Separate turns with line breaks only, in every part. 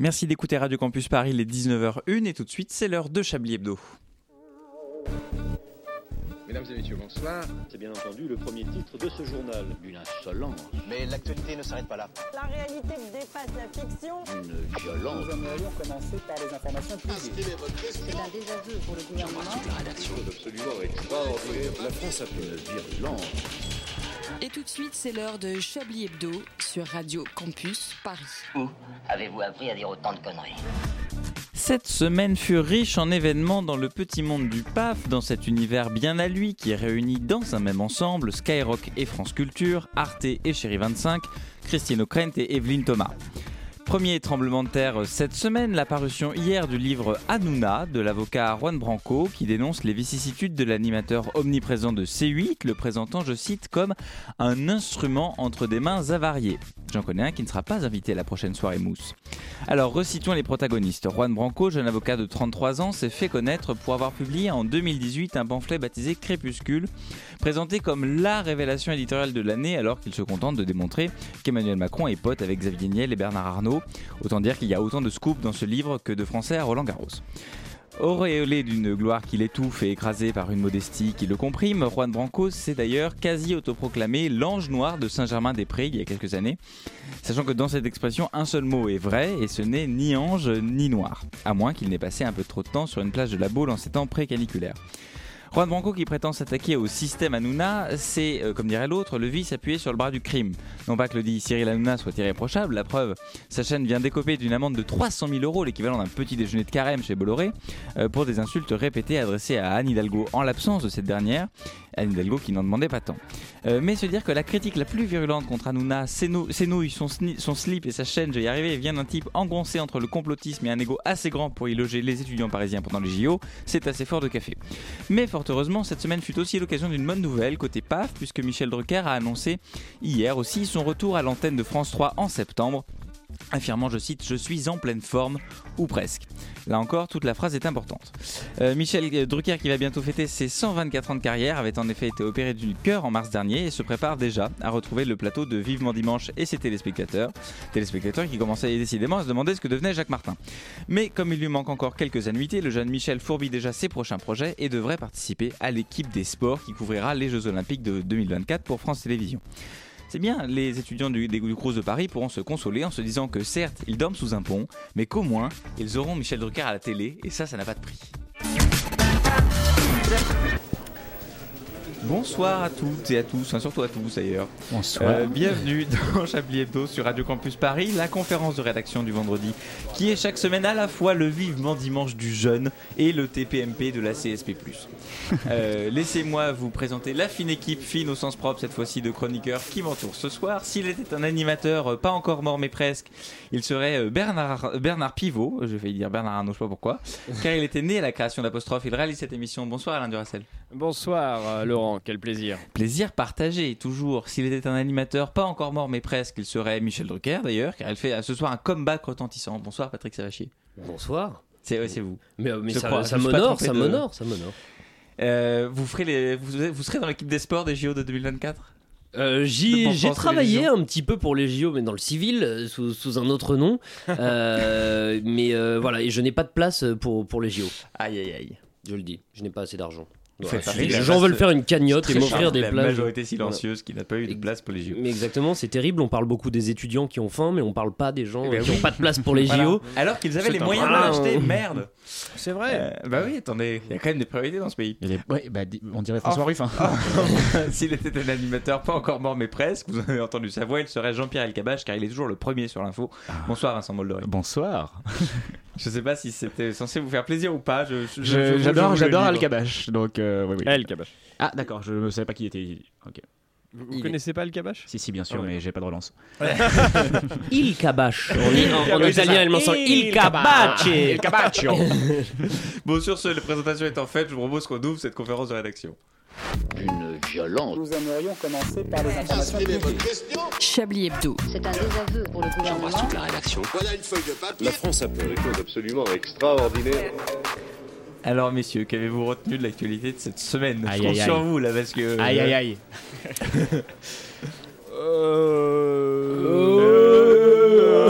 Merci d'écouter Radio Campus Paris, les 19h01 et tout de suite, c'est l'heure de Chablis Hebdo.
Mesdames et messieurs, bonsoir.
C'est bien entendu le premier titre de ce journal. Une insolence.
Mais l'actualité ne s'arrête pas là.
La réalité dépasse la fiction.
Une violence.
Nous aimerions commencer par les informations publiques.
C'est un désaveu pour le gouvernement.
la rédaction est absolument extraordinaire. La France a fait une virulence.
Et tout de suite, c'est l'heure de Chablis Hebdo sur Radio Campus Paris.
Où avez-vous appris à dire autant de conneries
Cette semaine fut riche en événements dans le petit monde du PAF, dans cet univers bien à lui qui réunit dans un même ensemble Skyrock et France Culture, Arte et Chéri 25, Christine O'Krent et Evelyne Thomas. Premier tremblement de terre cette semaine, la parution hier du livre Hanouna de l'avocat Juan Branco qui dénonce les vicissitudes de l'animateur omniprésent de C8, le présentant, je cite, comme un instrument entre des mains avariées. J'en connais un qui ne sera pas invité à la prochaine soirée mousse. Alors recitons les protagonistes. Juan Branco, jeune avocat de 33 ans, s'est fait connaître pour avoir publié en 2018 un pamphlet baptisé Crépuscule, présenté comme la révélation éditoriale de l'année alors qu'il se contente de démontrer qu'Emmanuel Macron est pote avec Xavier Niel et Bernard Arnault Autant dire qu'il y a autant de scoops dans ce livre que de Français à Roland Garros. Auréolé d'une gloire qui l'étouffe et écrasé par une modestie qui le comprime, Juan Branco s'est d'ailleurs quasi autoproclamé l'ange noir de Saint-Germain-des-Prés il y a quelques années, sachant que dans cette expression un seul mot est vrai et ce n'est ni ange ni noir, à moins qu'il n'ait passé un peu trop de temps sur une plage de la Baule en ces temps précaniculaires. Juan Branco qui prétend s'attaquer au système Hanouna, c'est, euh, comme dirait l'autre, le vice appuyé sur le bras du crime. Non pas que le dit Cyril Hanouna soit irréprochable, la preuve, sa chaîne vient décoper d'une amende de 300 000 euros, l'équivalent d'un petit déjeuner de carême chez Bolloré, euh, pour des insultes répétées adressées à Anne Hidalgo en l'absence de cette dernière, Anne Hidalgo qui n'en demandait pas tant. Euh, mais se dire que la critique la plus virulente contre Hanouna, ses, nou ses nouilles, son, son, slip et sa chaîne, je vais y arriver, vient d'un type engoncé entre le complotisme et un ego assez grand pour y loger les étudiants parisiens pendant les JO, c'est assez fort de café. Mais fort heureusement, cette semaine fut aussi l'occasion d'une bonne nouvelle côté PAF, puisque Michel Drucker a annoncé hier aussi son retour à l'antenne de France 3 en septembre, affirmant, je cite, Je suis en pleine forme, ou presque. Là encore, toute la phrase est importante. Euh, Michel Drucker, qui va bientôt fêter ses 124 ans de carrière, avait en effet été opéré du cœur en mars dernier et se prépare déjà à retrouver le plateau de Vivement Dimanche et ses téléspectateurs. Téléspectateurs qui commençaient décidément à se demander ce que devenait Jacques Martin. Mais comme il lui manque encore quelques annuités, le jeune Michel fourbit déjà ses prochains projets et devrait participer à l'équipe des sports qui couvrira les Jeux Olympiques de 2024 pour France Télévisions. C'est bien, les étudiants du, des, du Cruz de Paris pourront se consoler en se disant que certes, ils dorment sous un pont, mais qu'au moins, ils auront Michel Drucker à la télé, et ça, ça n'a pas de prix. Bonsoir à toutes et à tous, hein, surtout à tous d'ailleurs.
Bonsoir.
Euh, bienvenue dans Chablis Hebdo sur Radio Campus Paris, la conférence de rédaction du vendredi, qui est chaque semaine à la fois le vivement dimanche du jeune et le TPMP de la CSP. Euh, Laissez-moi vous présenter la fine équipe, fine au sens propre cette fois-ci, de chroniqueurs qui m'entourent ce soir. S'il était un animateur euh, pas encore mort mais presque, il serait euh, Bernard, Bernard Pivot, je vais dire Bernard Arnault, je sais pas pourquoi, car il était né à la création d'Apostrophe, il réalise cette émission. Bonsoir Alain Duracel.
Bonsoir euh, Laurent quel plaisir.
Plaisir partagé, toujours. S'il était un animateur, pas encore mort, mais presque, il serait Michel Drucker d'ailleurs, car elle fait euh, ce soir un comeback retentissant. Bonsoir Patrick Savachier.
Bonsoir.
C'est ouais, vous.
Mais, euh, mais ça, crois, ça m'honore, ça m'honore, de... ça m'honore.
Euh, vous, ferez les, vous, vous serez dans l'équipe des sports des JO de 2024
euh, j'ai travaillé un petit peu pour les JO, mais dans le civil, euh, sous, sous un autre nom. euh, mais voilà, et je n'ai pas de place pour, pour les JO.
Aïe, aïe, aïe.
Je le dis, je n'ai pas assez d'argent.
Ouais,
les gens veulent faire une cagnotte et m'offrir des
la
plages.
La majorité silencieuse voilà. qui n'a pas eu de place pour les JO.
Mais exactement, c'est terrible. On parle beaucoup des étudiants qui ont faim, mais on parle pas des gens ben qui n'ont oui. pas de place pour les
voilà.
JO.
Alors qu'ils avaient les moyens de l'acheter, merde.
C'est vrai.
Euh, bah oui, attendez, il y a quand même des priorités dans ce pays.
Les... Ouais, bah, on dirait François oh. Ruffin. Oh.
S'il était un animateur pas encore mort, mais presque, vous avez entendu sa voix, il serait Jean-Pierre Elkabach, car il est toujours le premier sur l'info. Ah. Bonsoir Vincent Moldory.
Bonsoir.
Je sais pas si c'était censé vous faire plaisir ou pas.
J'adore, j'adore Al Kabash. Donc, euh, oui, oui.
Al Kabash.
Ah, d'accord. Je ne savais pas qui était. Ok.
Vous, vous connaissez est... pas le Kabash Ah
Si, si, bien sûr, oh, mais ouais. j'ai pas de relance.
il Kabash. En, en italien, elle m'en sort. Il Kabache.
Il Kabacho.
bon, sur ce, la présentation est en fait. Je vous propose qu'on ouvre cette conférence de rédaction.
Une violence.
Nous aimerions commencer par les informations publiques.
Chablis Hebdo.
C'est un désaveu pour le gouvernement.
J'embrasse toute la rédaction.
Voilà une feuille de papier.
La France a fait des choses absolument extraordinaires.
Alors messieurs, qu'avez-vous retenu de l'actualité de cette semaine aïe, Je compte aïe, sur aïe. vous là parce que...
Aïe aïe aïe.
euh... Euh...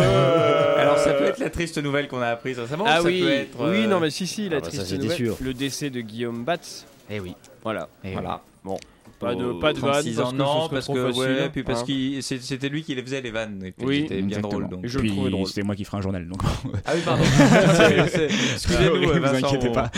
Alors ça peut être la triste nouvelle qu'on a apprise récemment.
Ah
ça
oui,
peut être, euh,
oui, non, mais si, si, la
Ah bah ça,
triste
j'étais
nouvelle,
sûr.
le décès de Guillaume Batz.
Eh oui.
Voilà.
Eh
voilà.
oui.
Bon, pas de,
Oh,
pas de vanne.
36 ans,
parce que ce
non,
serait
parce
trop
que
facile,
ouais, puis parce
hein.
qu'il c'est- c'était lui qui les faisait les vannes. Et puis
Oui,
c'était bien
Exactement.
drôle. Donc.
Je le
Puis,
trouvais drôle.
C'était moi qui ferai un journal. Donc...
Ah oui, pardon.
C'est-
C'est-
Ah oui,
Excusez-nous,
vous
Vincent,
inquiétez
on-
pas.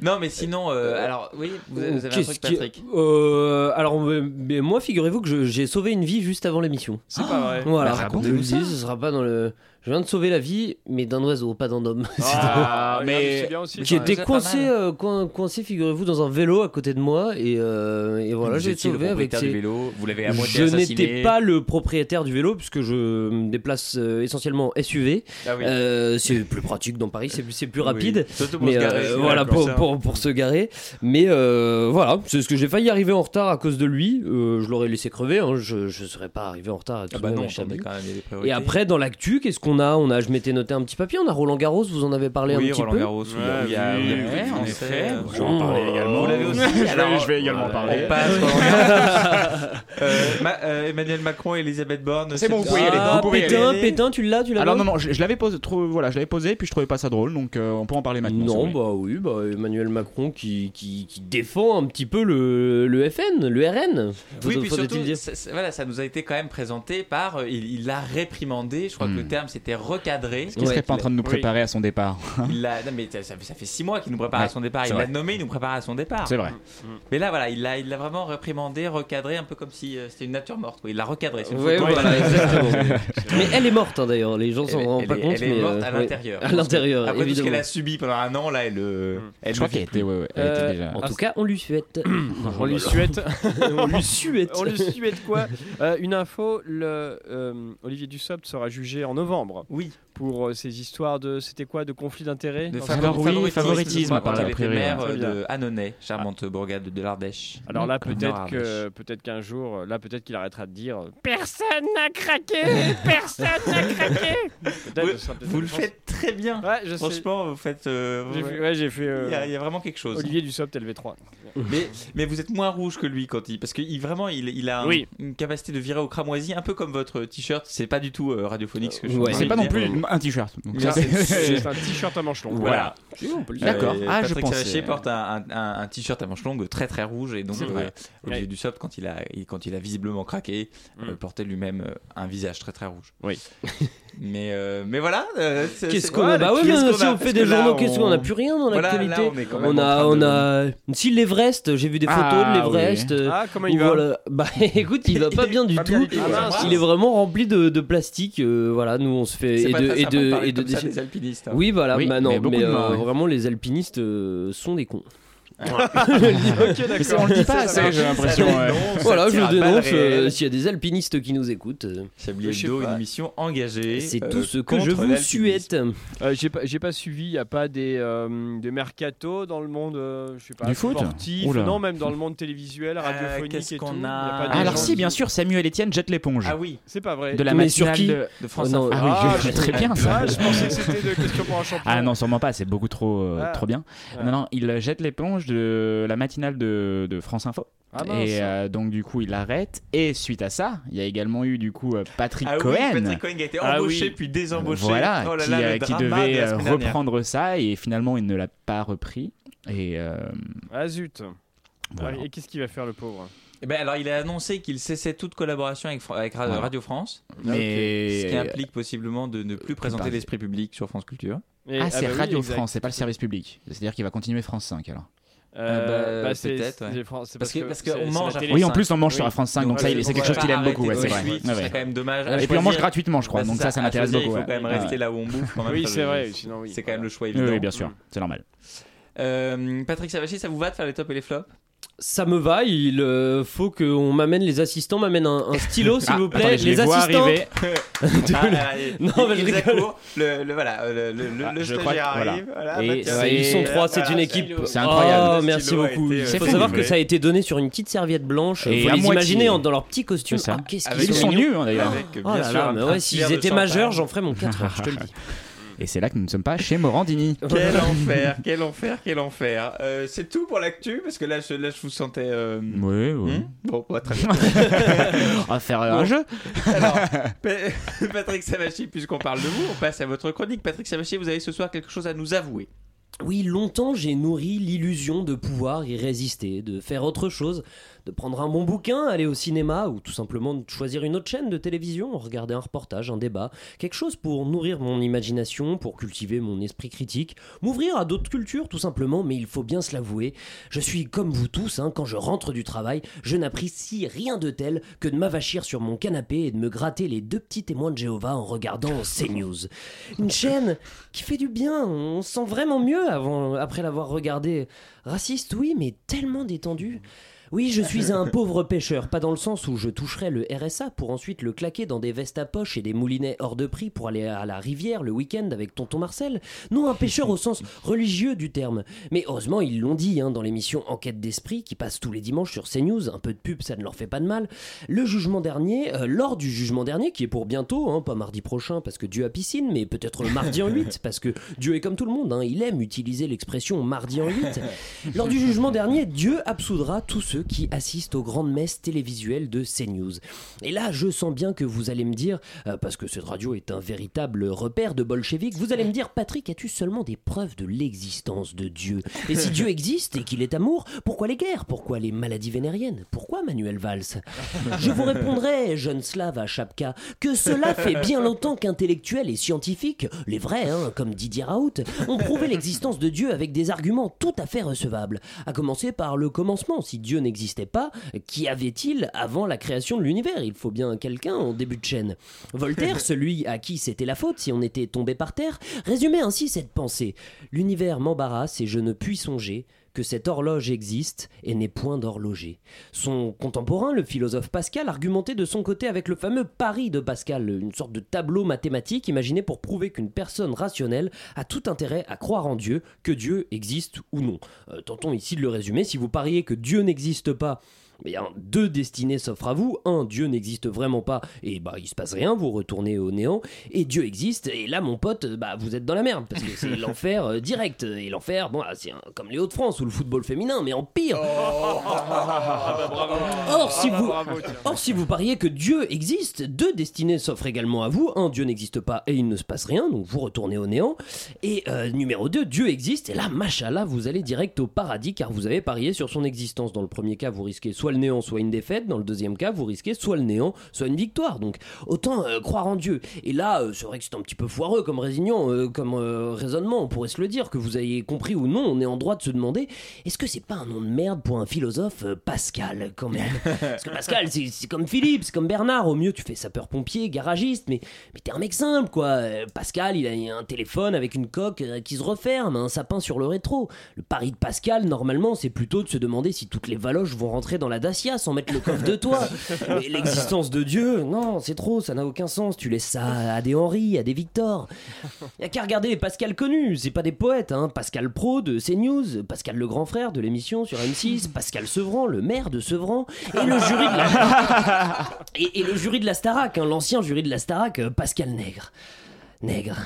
Non, mais sinon, euh, alors oui, vous avez vous avez un
oh, Qu'est-ce
truc,
qui-
Patrick.
Euh, alors, mais- mais moi, figurez-vous que je- j'ai sauvé une vie juste avant l'émission.
C'est pas vrai.
Voilà,
Bah,
je
racontez-nous
vous le dis,
ça.
ce sera pas dans le. Je viens de sauver la vie, mais d'un oiseau, pas d'un homme. C'est
Ah, mais c'est bien aussi.
J'ai
quand
été
c'est pas
coincé,
mal.
euh, coin- coincé, figurez-vous, dans un vélo à côté de moi et, euh, et voilà,
Vous
j'ai
étiez le
sauvé avec
propriétaire du
ces...
vélo. Vous l'avez à moitié
Je
assassiné.
n'étais pas le propriétaire du vélo puisque je me déplace euh, essentiellement en SUV.
Ah oui.
Euh, c'est plus pratique dans Paris, c'est plus, c'est plus rapide.
Oui. Surtout pour
Mais
se
euh,
garer, c'est
voilà
vrai, comme
pour,
ça.
pour, pour se garer. Mais euh, voilà, c'est ce que j'ai failli arriver en retard à cause de lui. Euh, je l'aurais laissé crever, hein, je je serais pas arrivé en retard. à tout
Ah
de
bah
même
non,
à Chablis.
attendez, quand même, il y a des priorités.
Et après, dans l'actu, qu'est-ce qu'on a On a, je m'étais noté un petit papier. On a Roland Garros. Vous en avez parlé
oui,
un petit
Roland
peu.
Garros,
Oh.
où il y a,
oui,
il y a beaucoup
oui,
de
en
Français,
effet.
euh,
Je vais en parler également.
Vous l'avez aussi.
Je vais-
Alors,
je vais également
euh,
parler.
On passe. Roland Garros. Euh, ma- euh, Emmanuel Macron et Elisabeth Borne.
C'est bon, vous pouvez y aller,
Ah,
vous pouvez y aller.
Pétain, Pétain, tu l'as, tu l'as.
Alors
pas
non, non, je, je l'avais posé, trop, voilà, je l'avais posé, puis je trouvais pas ça drôle, donc euh, on peut en parler maintenant.
Non,
si vous
bah oui, bah Emmanuel Macron qui, qui, qui défend un petit peu le, le FN, le RN.
Oui,
faut-
puis
faut-il
surtout,
dire.
ça, ça- voilà, ça nous a été quand même présenté par. euh, il il l'a réprimandé, je crois
Hmm.
que le terme c'était recadré.
voulez. Qui serait
Ouais,
pas en train de nous préparer à son départ
Il l'a- non, mais ça, ça fait- ça fait six mois qu'il nous prépare à
Ouais,
son départ.
c'est
Il l'a
vrai.
nommé, il nous prépare à son départ.
C'est vrai.
Mais là, voilà, il l'a il l'a vraiment réprimandé, recadré, un peu comme si euh, c'était une nature morte. quoi. Il l'a recadré. c'est une
Ouais,
photo.
voilà, exactement. mais elle est morte hein, d'ailleurs, les gens
Elle
s'en
est-
rendent
elle
pas
est-
compte.
elle est
mais,
morte
euh,
à
ouais.
l'intérieur.
À l'intérieur,
Après tout ce qu'elle
évidemment. Hmm.
a subi pendant un an, là, elle. euh, elle
Je crois
le
qu'elle
vit.
était, ouais, ouais, elle était
Euh,
déjà.
Ah.
En tout cas, on lui souhaite.
On lui souhaite.
on lui souhaite.
On lui suette quoi Euh, Une info, le, euh, Olivier Dussopt sera jugé en novembre
Oui,
pour euh, ces histoires de c'était quoi de conflit d'intérêts.
de
Enfin,
favori-
favori-
oui, favoritisme,
je crois,
par
quand
là,
elle
a
était
priori,
maire
ouais.
euh, de Annonay, charmante bourgade de l'Ardèche.
Ah,
Alors là
Nord
peut-être
Ardèche.
que peut-être qu'un jour là peut-être qu'il arrêtera de dire euh, personne n'a craqué, personne n'a craqué. Peut-être,
Vous-
ce sera peut-être
Vous
une
le
chance.
faites très bien.
Ouais, je sais.
Franchement, vous faites. euh,
J'ai
ouais.
fait, ouais, j'ai fait euh,
Il y, a- il y a vraiment quelque chose.
Olivier Dussopt LV3.
Mais, mais vous êtes moins rouge que lui quand il. Parce que il, vraiment, il, il a un-
Oui.
une capacité de virer au cramoisi, un peu comme votre t-shirt. C'est pas du tout euh, radiophonique ce que je
Ouais.
suis
C'est
en train de
pas non
dire.
plus une- un t-shirt. donc
Mais
ça,
C'est
c'est-
c'est un t-shirt à manches longues.
Voilà.
D'accord.
Euh,
Ah, je
Patrick
pensais.
Savachier porte un, un- un- un t-shirt à manches longues très très rouge et donc
C'est vrai.
euh, Olivier
Ouais.
Dussopt quand il a il- quand il a visiblement craqué
Mm.
euh, portait lui-même euh, un visage très très rouge.
Oui.
mais euh, mais voilà. euh, c'est-
Qu'est-ce
c'est-
qu'on
voilà,
a Bah oui,
qu'est-ce
mais
qu'on
si
a
on
Parce
fait des
que là,
journaux, qu'est-ce qu'on a
on-
plus rien dans
Voilà, là,
l'actualité.
on est quand même
On
en
a,
train
on
de-
a. Si l'Everest, j'ai vu des photos
Ah,
de l'Everest. euh,
Ah comment
Ou
il va
voilà. Bah écoute, il va pas bien du
Pas
tout.
bien du tout,
Ah,
ouais.
mince.
Il est vraiment rempli de, de plastique. euh, voilà, nous on se fait
C'est
et
pas
de
très
et
sympa
de
parler
et de
comme ça
déchets.
des alpinistes. hein.
Oui, voilà.
Oui,
bah non,
mais
mais,
beaucoup de
euh,
morts, oui.
vraiment les alpinistes euh, sont des cons.
Mais c'est- on le dit pas
Ça,
assez, j'ai l'impression.
Ça
ouais.
dénonce,
Voilà,
ça
je
tire à
le
balles
dénonce. euh,
réelles.
S'il y a des alpinistes qui nous écoutent, euh,
Chablis
Je sais
Hebdo,
pas.
une émission engagée.
c'est
euh,
tout ce que je
contre
vous
l'alpinisme.
souhaite.
Euh, j'ai pas, j'ai pas suivi. Il y a pas des euh, des mercato dans le monde, euh, je sais pas,
Du foot
sportif,
Oula.
non même dans le monde télévisuel, radiophonique
Euh, qu'est-ce
et tout.
qu'on
Il y
a
pas des
Ah, alors
gens
si,
qui-
bien sûr, Samuel Etienne jette l'éponge.
Ah oui,
C'est pas vrai.
De la
Mais sur
matinale
qui
de-
de France
Oh non,
Info.
Ah oui,
Ah,
je- très bien ça.
Ah, je pensais que c'était de question pour un champion.
Ah non, sûrement pas, c'est beaucoup trop, euh,
Ah.
trop bien.
Ah.
Non, non, il jette l'éponge de la matinale de, de France Info.
Ah, mince.
et euh, donc, du coup, il arrête. Et suite à ça, il y a également eu, du coup, euh, Patrick
Ah oui,
Cohen.
Patrick Cohen qui a été
Ah
embauché
oui.
puis désembauché.
Voilà,
Oh là
qui,
là,
euh,
le
qui
drama de
devait
la
euh,
semaine dernière.
reprendre ça et finalement il ne l'a pas repris. Et euh,
Ah zut.
voilà.
Ah, Et qu'est-ce qu'il va faire le pauvre
Eh ben alors, il a annoncé qu'il cessait toute collaboration avec, Fra- avec Ra-
Voilà.
Radio France,
Mais
ce qui implique possiblement de ne plus présenter
parfait.
l'esprit public sur France Culture.
Et-
ah, c'est
bah oui,
Radio
exact.
France, c'est pas le service public. C'est-à-dire qu'il va continuer France 5 alors.
Euh,
Ah bah,
bah, c'est-
peut-être, ouais.
c'est France- c'est
Parce que- parce
c'est-
qu'on
c'est
mange
la
à
télé.
Oui, en plus on mange
Oui.
sur la France 5, donc,
Donc,
ça
ouais,
il-
donc
c'est
on
quelque
va
chose qu'il aime
Arrêter
beaucoup, ouais,
de
c'est vrai.
suivre,
Ouais,
ce serait
ouais.
quand même dommage.
Et puis on mange gratuitement, je crois,
Bah,
donc ça, ça m'intéresse beaucoup.
Il faut
ouais.
quand même
Ouais.
rester là où on bouffe. quand même,
Oui,
ça,
c'est
je-
vrai. Sinon, oui.
C'est quand même le choix
Oui,
évident.
oui, bien sûr, c'est normal.
Euh, Patrick Savachier, ça vous va de faire les tops et les flops
Ça me va. Il euh, faut qu'on m'amène les assistants, m'amènent un, un stylo, s'il
Ah,
vous plaît.
attendez, je les vois
assistants.
arriver.
Ah, allez,
Non,
il-
mais je
il les
rigole.
accourt, Le, le- voilà, euh, le, le,
Ah,
le
je
stagiaire
crois que- voilà.
arrive. voilà,
Et
bah, tiens.
c'est-
euh, Ils sont trois, c'est
Voilà,
une équipe.
Ah, C'est incroyable.
Oh, merci
Le stylo a
beaucoup.
été, euh,
Il faut
fait
savoir
livrer.
que ça a été donné sur une petite serviette blanche.
Et
faut
à
les
moitié.
imaginer en- dans leur petit costume.
C'est ça.
Ah, qu'est-ce
Avec
qu'ils
Ils
des
sont
sont
mignons.
nus hein, d'ailleurs.
Avec,
Oh
bien
là
sûr,
là,
un
mais
petit
ouais, s'ils
verre de
étaient
champagne.
majeurs, j'en ferais mon 4 heures, je te le dis.
Et c'est là que nous ne sommes pas chez Morandini.
Quel enfer, quel enfer, quel enfer. Euh, c'est tout pour l'actu parce que là, je, là, je vous sentais. euh,
Oui, oui.
hmm bon, bah, très bien.
On va faire euh,
Bon.
un jeu.
Alors, Pa- Patrick Savachi, puisqu'on parle de vous, on passe à votre chronique. Patrick Savachi, vous avez ce soir quelque chose à nous avouer.
Oui, longtemps j'ai nourri l'illusion de pouvoir y résister, de faire autre chose, de prendre un bon bouquin, aller au cinéma ou tout simplement de choisir une autre chaîne de télévision, regarder un reportage, un débat, quelque chose pour nourrir mon imagination, pour cultiver mon esprit critique, m'ouvrir à d'autres cultures tout simplement, mais il faut bien se l'avouer, je suis comme vous tous, hein, quand je rentre du travail, je n'apprécie rien de tel que de m'avachir sur mon canapé et de me gratter les deux petits témoins de Jéhovah en regardant CNews. Une chaîne qui fait du bien, on se sent vraiment mieux avant, après l'avoir regardé. Raciste, oui, mais tellement détendu. Oui, je suis un pauvre pêcheur, pas dans le sens où je toucherais le RSA pour ensuite le claquer dans des vestes à poche et des moulinets hors de prix pour aller à la rivière le week-end avec tonton Marcel. Non, un pêcheur au sens religieux du terme. Mais heureusement, ils l'ont dit hein, dans l'émission Enquête d'esprit qui passe tous les dimanches sur CNews. Un peu de pub, ça ne leur fait pas de mal. Le jugement dernier, euh, lors du jugement dernier, qui est pour bientôt, hein, pas mardi prochain parce que Dieu a piscine, mais peut-être le mardi en 8, parce que Dieu est comme tout le monde, hein, il aime utiliser l'expression mardi en 8. Lors du jugement dernier, Dieu absoudra tous ceux qui assistent aux grandes messes télévisuelles de CNews. Et là, je sens bien que vous allez me dire, euh, parce que cette radio est un véritable repère de bolcheviques, vous allez me dire, Patrick, as-tu seulement des preuves de l'existence de Dieu Et si Dieu existe et qu'il est amour, pourquoi les guerres Pourquoi les maladies vénériennes Pourquoi Manuel Valls Je vous répondrai, jeune slave à Chapka, que cela fait bien longtemps qu'intellectuels et scientifiques, les vrais, hein, comme Didier Raoult, ont prouvé l'existence de Dieu avec des arguments tout à fait recevables. À commencer par le commencement. Si Dieu n'existait pas, qui avait-il avant la création de l'univers Il faut bien quelqu'un en début de chaîne. Voltaire, celui à qui c'était la faute si on était tombé par terre, résumait ainsi cette pensée. L'univers m'embarrasse et je ne puis songer que cette horloge existe et n'est point d'horloger. Son contemporain, le philosophe Pascal, argumentait de son côté avec le fameux pari de Pascal, une sorte de tableau mathématique imaginé pour prouver qu'une personne rationnelle a tout intérêt à croire en Dieu, que Dieu existe ou non. Euh, tentons ici de le résumer, si vous pariez que Dieu n'existe pas, mais hein, deux destinées s'offrent à vous. Un, Dieu n'existe vraiment pas, et bah il se passe rien, vous retournez au néant. Et Dieu existe, et là mon pote, euh, bah vous êtes dans la merde, parce que c'est l'enfer euh, direct. Et l'enfer, bon, ah, c'est un- comme les Hauts-de-France ou le football féminin, mais en pire. Or, si vous, or, si vous pariez que Dieu existe, deux destinées s'offrent également à vous. Un, Dieu n'existe pas et il ne se passe rien, donc vous retournez au néant. Et euh, numéro 2, Dieu existe, et là, machallah, vous allez direct au paradis car vous avez parié sur son existence. Dans le premier cas, vous risquez soit le néant, soit une défaite. Dans le deuxième cas, vous risquez soit le néant, soit une victoire. Donc, autant euh, croire en Dieu. Et là, euh, c'est vrai que c'est un petit peu foireux comme résignant, euh, comme euh, raisonnement, on pourrait se le dire, que vous ayez compris ou non, on est en droit de se demander est-ce que c'est pas un nom de merde pour un philosophe euh, Pascal, quand même Parce que Pascal, c'est c'est comme Philippe, c'est comme Bernard. Au mieux, tu fais sapeur-pompier, garagiste, mais, mais t'es un mec simple, quoi. Euh, Pascal, il a un téléphone avec une coque euh, qui se referme, un sapin sur le rétro. Le pari de Pascal, normalement, c'est plutôt de se demander si toutes les valoches vont rentrer dans la Dacia sans mettre le coffre de toit. Mais l'existence de Dieu, non, c'est trop, ça n'a aucun sens. Tu laisses ça à des Henri, à des Victor. Y a qu'à regarder les Pascal connus, c'est pas des poètes, hein. Pascal Pro de CNews, Pascal le grand frère de l'émission sur M6, Pascal Sevran, le maire de Sevran, et le jury de la, et, et le jury de la Starac, hein, l'ancien jury de la Starac, euh, Pascal Nègre. Nègre.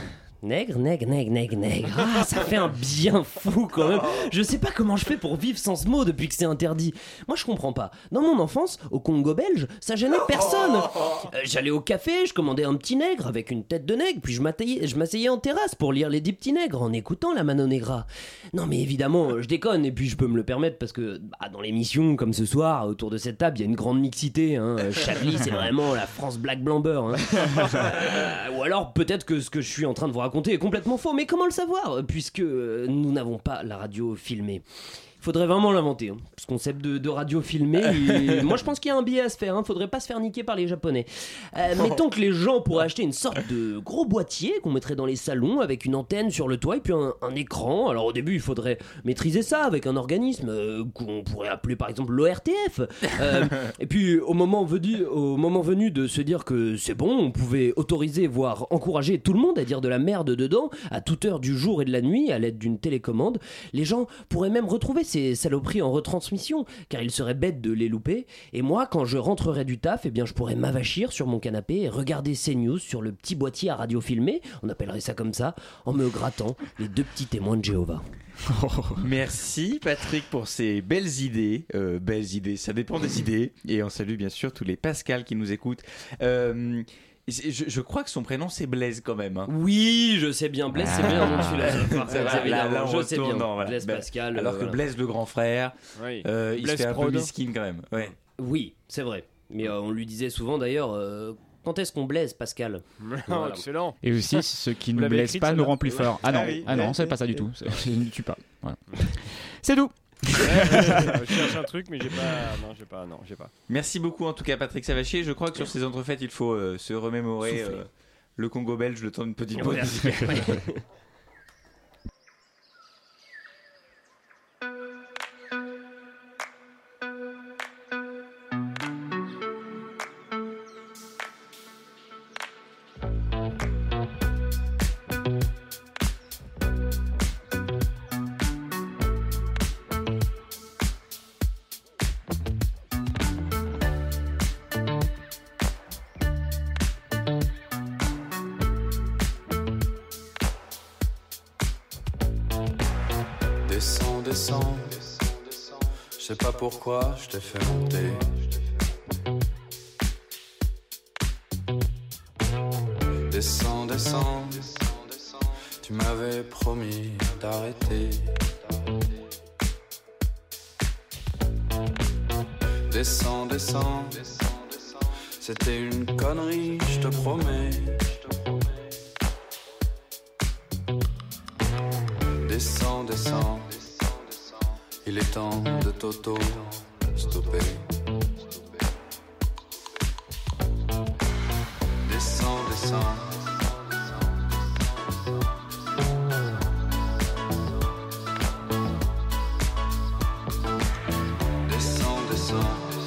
Nègre, nègre, nègre, nègre, nègre. Ah, ça fait un bien fou quand même. Je sais pas comment je fais pour vivre sans ce mot depuis que c'est interdit. Moi, je comprends pas. Dans mon enfance, au Congo belge, ça gênait personne. Euh, J'allais au café, je commandais un petit nègre avec une tête de nègre, puis je m'attayais- je m'asseyais en terrasse pour lire les dix petits nègres en écoutant la Mano Negra. Non, mais évidemment, je déconne, et puis je peux me le permettre parce que bah, dans l'émission, comme ce soir, autour de cette table, il y a une grande mixité. Hein. Euh, Chablis, c'est vraiment la France Black Blamber. hein. Euh, ou alors peut-être que ce que je suis en train de vous raconter est complètement faux, mais comment le savoir Puisque euh, nous n'avons pas la radio filmée. Il faudrait vraiment l'inventer. hein. Ce concept de, de radio filmée, il- moi je pense qu'il y a un billet à se faire. Hein. Faudrait pas se faire niquer par les Japonais. Euh, mettons que les gens pourraient acheter une sorte de gros boîtier qu'on mettrait dans les salons avec une antenne sur le toit et puis un, un écran. Alors au début, il faudrait maîtriser ça avec un organisme euh, qu'on pourrait appeler par exemple l'ORTF. Euh, et puis au moment, venu, au moment venu de se dire que c'est bon, on pouvait autoriser, voire encourager tout le monde à dire de la merde dedans à toute heure du jour et de la nuit à l'aide d'une télécommande, les gens pourraient même retrouver ces saloperies en retransmission, car il serait bête de les louper. Et moi, quand je rentrerai du taf, eh bien, je pourrais m'avachir sur mon canapé et regarder CNews sur le petit boîtier à radio filmé, on appellerait ça comme ça, en me grattant les deux petits témoins de Jéhovah.
Oh, merci Patrick pour ces belles idées. Euh, belles idées, ça dépend des idées. Et on salue bien sûr tous les Pascal qui nous écoutent. Euh, je, je crois que son prénom c'est Blaise quand même. hein.
Oui, je sais bien, Blaise, c'est bien un nom de philosophe.
Ça va,
C'est
Ah. là,
évidemment,
là, on
je sais
retourne
bien.
dans- voilà.
Blaise
Ben,
Pascal. euh,
Alors que
voilà.
Blaise le grand frère,
Oui.
euh, il se
Blaise
fait un peu
Prod.
miskin quand même. Ouais.
Oui, c'est vrai. Mais euh, on lui disait souvent d'ailleurs, euh, quand est-ce qu'on blaise Pascal
Oh,
Voilà.
Excellent.
Et aussi, ceux qui
Vous
ne
l'avez
blessent
écrite,
pas nous
celle-là
rend plus forts. Ah non,
Ah oui.
ah non, c'est pas ça du tout. C'est- Je ne tue pas. Voilà. C'est tout.
Je cherche un truc, mais j'ai pas. Non, j'ai pas. Non, j'ai pas.
Merci beaucoup en tout cas Patrick Savachier. Je crois que sur ces entrefaites il faut euh, se remémorer
Souffler.
euh, le Congo belge, le temps d'une petite pause.
Voilà.
Descends, descends. Je sais pas pourquoi je t'ai fait monter. Descends, descends. Tu m'avais promis d'arrêter. Descends, descends. C'était une connerie, je te promets. Descends, descends. Il est temps de Toto stopper. Descends, descends. Descends, descends.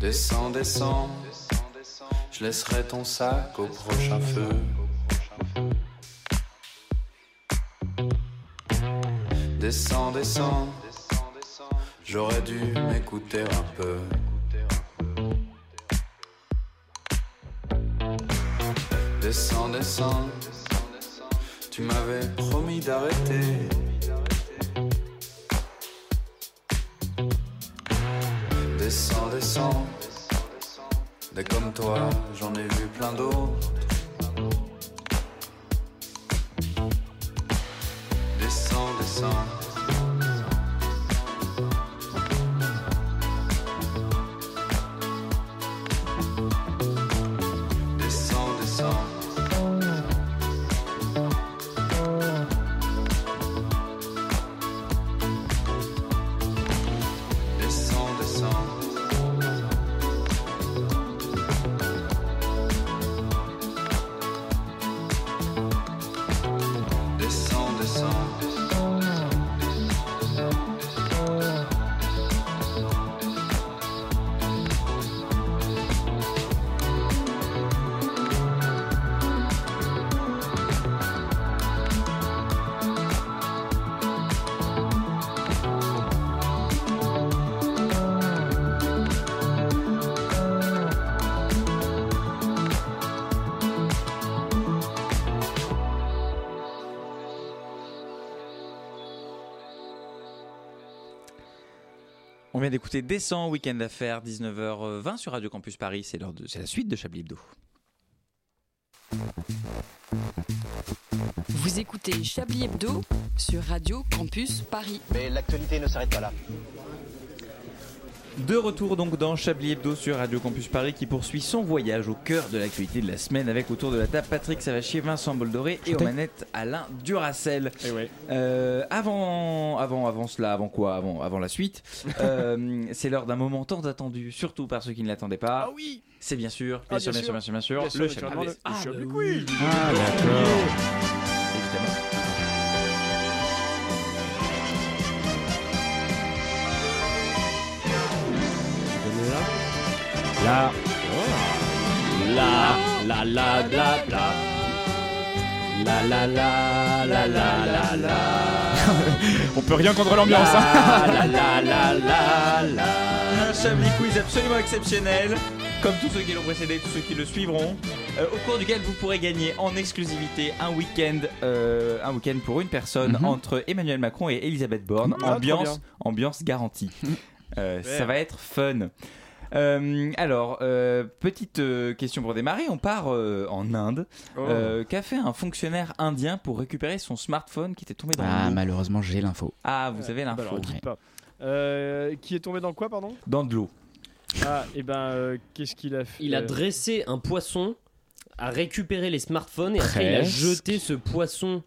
Descends, descends. Je laisserai ton sac au prochain feu. Descends, descends. J'aurais dû m'écouter un peu. Descends, descends. Tu m'avais promis d'arrêter. Descends, descends. Des comme toi, j'en ai vu plein d'autres. Descends, descends. Descends, descends. Descends, descends. Descends, descends.
On vient d'écouter Descends, week-end d'affaires, 19h20 sur Radio Campus Paris. C'est l'heure de- c'est la suite de Chablis Hebdo.
Vous écoutez Chablis Hebdo sur Radio Campus Paris.
Mais l'actualité ne s'arrête pas là.
De retour donc dans Chablis Hebdo sur Radio Campus Paris qui poursuit son voyage au cœur de l'actualité de la semaine avec autour de la table Patrick Savachier, Vincent Boldoré et aux manettes Alain Duracel.
Eh
Euh, avant, avant, avant cela, avant quoi avant, avant la suite, euh, c'est l'heure d'un moment tant attendu, surtout par ceux qui ne l'attendaient pas. Ah oui C'est bien sûr, bien,
Ah,
sûr,
bien
bien sûr, bien sûr, bien sûr,
sûr,
le
bien sûr,
Chablis.
le-
Ah,
le Chablis
bah
Quiz.
oui.
Ah, d'accord.
Évidemment.
Là. Là.
Ah,
La la la la. La la la la la la la. On peut rien contre l'ambiance.
Ah,
hein.
Un Chablis Quiz absolument exceptionnel, comme tous ceux qui l'ont précédé, tous ceux qui le suivront, euh, au cours duquel vous pourrez gagner en exclusivité un week-end, euh, un week-end pour une personne entre Emmanuel Macron et Elisabeth Borne.
Mhm. Ah, trop
ambiance,
bien.
ambiance garantie. Euh, ça
Super.
va être fun. Euh, alors, euh, petite euh, question pour démarrer. On part euh, en Inde.
Oh.
Euh, Qu'a fait un fonctionnaire indien pour récupérer son smartphone qui était tombé dans
Ah,
l'eau
malheureusement, j'ai l'info.
Ah, vous avez
Bah
l'info.
alors, dites pas. Euh, qui est tombé dans quoi, pardon
Dans de l'eau.
Ah, et ben, euh, qu'est-ce qu'il a fait
Il a dressé un poisson, a récupéré les smartphones et après il a
Presque.
jeté ce poisson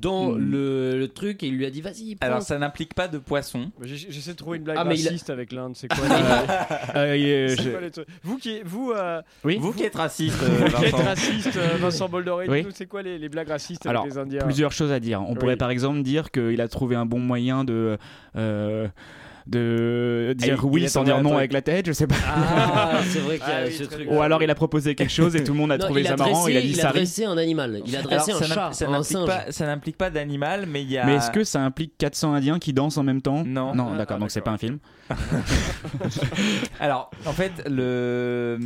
dans le, le truc et il lui a dit vas-y. prends.
Oh.
Alors, ça n'implique pas de poisson.
Euh, J'ai- J'essaie de trouver une blague
Ah, mais il a- Ah,
raciste avec l'Inde, c'est quoi,
Euh, euh, il
Ah,
est-
les... c'est
je-
quoi les trucs Vous qui, vous, euh,
Vous qui êtes raciste, euh,
vous qui êtes
Vincent.
raciste, euh, Vincent Boldoré,
Oui.
dites-nous, c'est quoi les, les blagues racistes
Alors,
avec les Indiens
plusieurs choses à dire. On
Oui.
pourrait par exemple dire qu'il a trouvé un bon moyen de. euh, de dire
Ah, il- il
oui
est
sans
tombé
dire
à
non
toi.
avec la tête, je sais pas.
Ah, c'est vrai qu'il y a
Ah oui,
ce
très
truc.
Ou alors il a proposé quelque chose et tout le monde a
Non,
trouvé
il
ça
a
marrant,
dressé-
il a dit
il a
ça rit.
dressé un animal, il a dressé
Alors,
un
ça
chat,
n'im- ça
un
n'implique
singe.
pas- ça n'implique pas d'animal, mais il y a.
Mais est-ce que ça implique 400 Indiens qui dansent en même temps
Non.
Non, d'accord, donc c'est pas un film.
Alors, en fait, le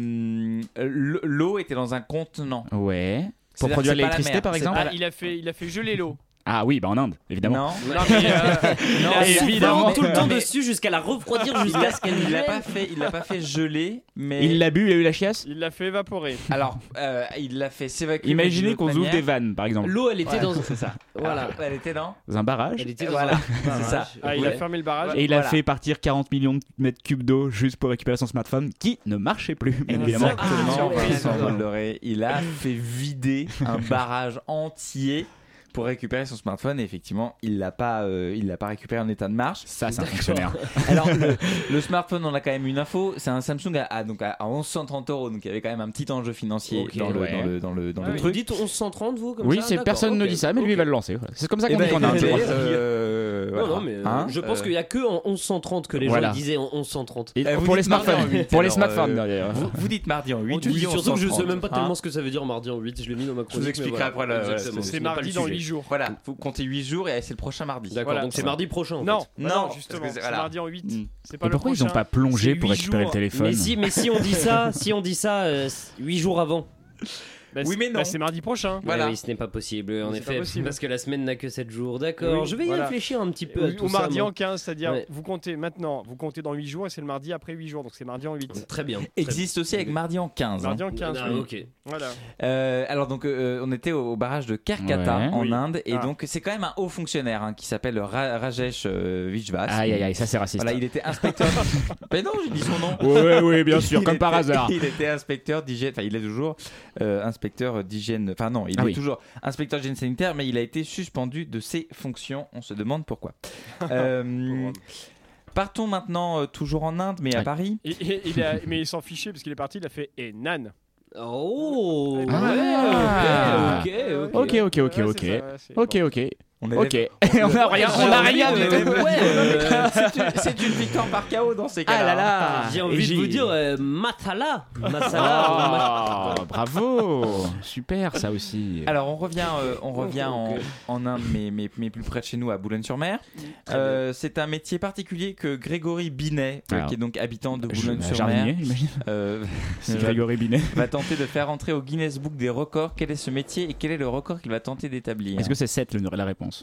le- l'eau était dans un contenant.
Ouais. Pour
C'est-à-dire que c'est pas
produire
la
l'électricité
mer,
par
c'est
exemple
pas
Ah, il a fait, il a fait geler l'eau.
Ah oui, bah en Inde, évidemment.
Non.
Non, mais, euh,
Non,
il a
mais-
évidemment.
tout le temps
Mais-
dessus jusqu'à la refroidir
Il
jusqu'à
l'a-
ce qu'elle
il l'a
gèle.
pas fait, il l'a pas fait geler, mais
Il l'a bu, il a eu la chiasse
Il l'a fait évaporer.
alors euh, il l'a fait s'évacuer. d'une
Imaginez
autre
qu'on ouvre
manière.
des vannes par exemple.
L'eau, elle était
Ouais,
dans
c'est ça.
voilà,
Alors, elle était dans.
Dans un barrage.
elle était dans
Voilà,
un-
c'est ça.
Ah, il a fermé le barrage.
Et il a
Voilà.
fait partir 40 millions de mètres cubes d'eau juste pour récupérer son smartphone qui ne marchait plus, bien évidemment.
Exactement,
Ah,
Vincent
ouais.
Bolloré, il a fait vider un barrage entier pour récupérer son smartphone et effectivement il l'a pas euh, il l'a pas récupéré en état de marche
Ça, c'est un fonctionnaire.
alors le, le smartphone on a quand même une info c'est un Samsung à, à- donc à, à 1130 euros donc il y avait quand même un petit enjeu financier
Ok,
dans, le,
ouais.
dans le dans le dans
Ah
le
oui.
Vous
truc
dites 1130 vous comme
Oui,
ça
c'est
D'accord,
personne ne
ok.
dit ça, mais lui, il va le lancer. voilà. C'est comme ça
Eh
qu'on dit
ben,
qu'on a un
écoutez,
jour.
euh,
Non,
voilà.
non, mais euh,
Hein
je pense
Euh,
qu'il y a que en 1130 que les
Voilà.
gens ils disaient en 1130.
Et
Eh, vous
pour les
dites mardi en
smartphones,
huit,
pour les
alors,
smartphones
euh,
d'ailleurs.
vous, vous dites mardi en 8
On dit surtout que je sais même pas tellement ce que ça veut dire mardi en 8, je l'ai mis dans ma chronique. mais
expliquerai
voilà,
après, là, voilà,
exactement.
c'est-
C'est
n'est pas
mardi
le
dans
sujet.
8 jours.
voilà vous comptez 8 jours et c'est le prochain mardi
D'accord,
Voilà.
donc c'est mardi prochain. en
Non,
fait.
Non,
bah non,
parce que
justement,
c'est-
c'est
voilà.
mardi en 8.
Mm.
C'est pas
Et
le
pourquoi ils
prochain.
n'ont pas plongé
C'est
pour
huit
récupérer le
jours.
téléphone
Mais si, mais si on dit ça, si on dit ça 8 jours avant.
Bah,
Oui,
c'est-
mais non.
bah, c'est mardi prochain.
Voilà.
Mais oui, ce n'est pas possible en
C'est
effet,
pas possible.
parce que la semaine n'a que 7 jours. D'accord,
Oui,
je vais y
voilà.
réfléchir un petit peu à
Ou,
tout
ou
ça,
mardi
moi.
en 15, c'est-à-dire
Ouais.
vous comptez maintenant, vous comptez dans 8 jours et c'est le mardi après 8 jours, donc c'est mardi en 8.
Très bien. très
existe aussi avec mardi en 15 hein.
Mardi en 15,
Ah,
oui.
ok.
Voilà.
Euh, alors donc euh, on était au, au barrage de Karkata
Ouais.
en
Oui.
Inde et
Ah.
donc c'est quand même un haut fonctionnaire hein, qui s'appelle Ra- Rajesh euh, Vijvas.
Aïe aïe aïe, ça c'est raciste.
Voilà, il était inspecteur. Mais non, j'ai dit son nom.
Ouais, ouais, bien sûr,
Il
comme
était-
par hasard.
Il était inspecteur d'hygiène, enfin il est toujours euh, inspecteur d'hygiène, enfin non, il
Ah
est
oui.
toujours inspecteur d'hygiène sanitaire, mais il a été suspendu de ses fonctions. On se demande pourquoi. Euh, partons maintenant euh, toujours en Inde, mais à
Ouais.
Paris.
Et- et- il a- mais il s'en fichait parce qu'il est parti, il a fait et nan.
Oh ouais,
Ah.
ok,
Eh,
ok, ok.
Ok, ok, ok,
Ouais,
ok.
c'est ça, ouais, c'est-
Ok, ok.
On est
Ok. on a rien, on a rien
Ouais,
du tout.
ouais, euh,
C'est une victoire par KO dans ces cas-là.
Ah là là.
J'ai
Et
envie de
j'ai-
vous dire euh, Matala. Matala.
Ah, bravo. Super, ça aussi.
Alors on revient, euh, on revient en, en Inde, mais, mais, mais plus près de chez nous, à Boulogne-sur-Mer. Euh, c'est un métier particulier que Grégory Binet, euh,
Alors,
qui est donc habitant de
Je-
Boulogne-sur-Mer,
Jardinier, j'imagine.
euh,
C'est Grégory Binet.
va tenter de faire entrer au Guinness Book des records. Quel est ce métier et quel est le record qu'il va tenter d'établir
Est-ce que c'est 7 le- la réponse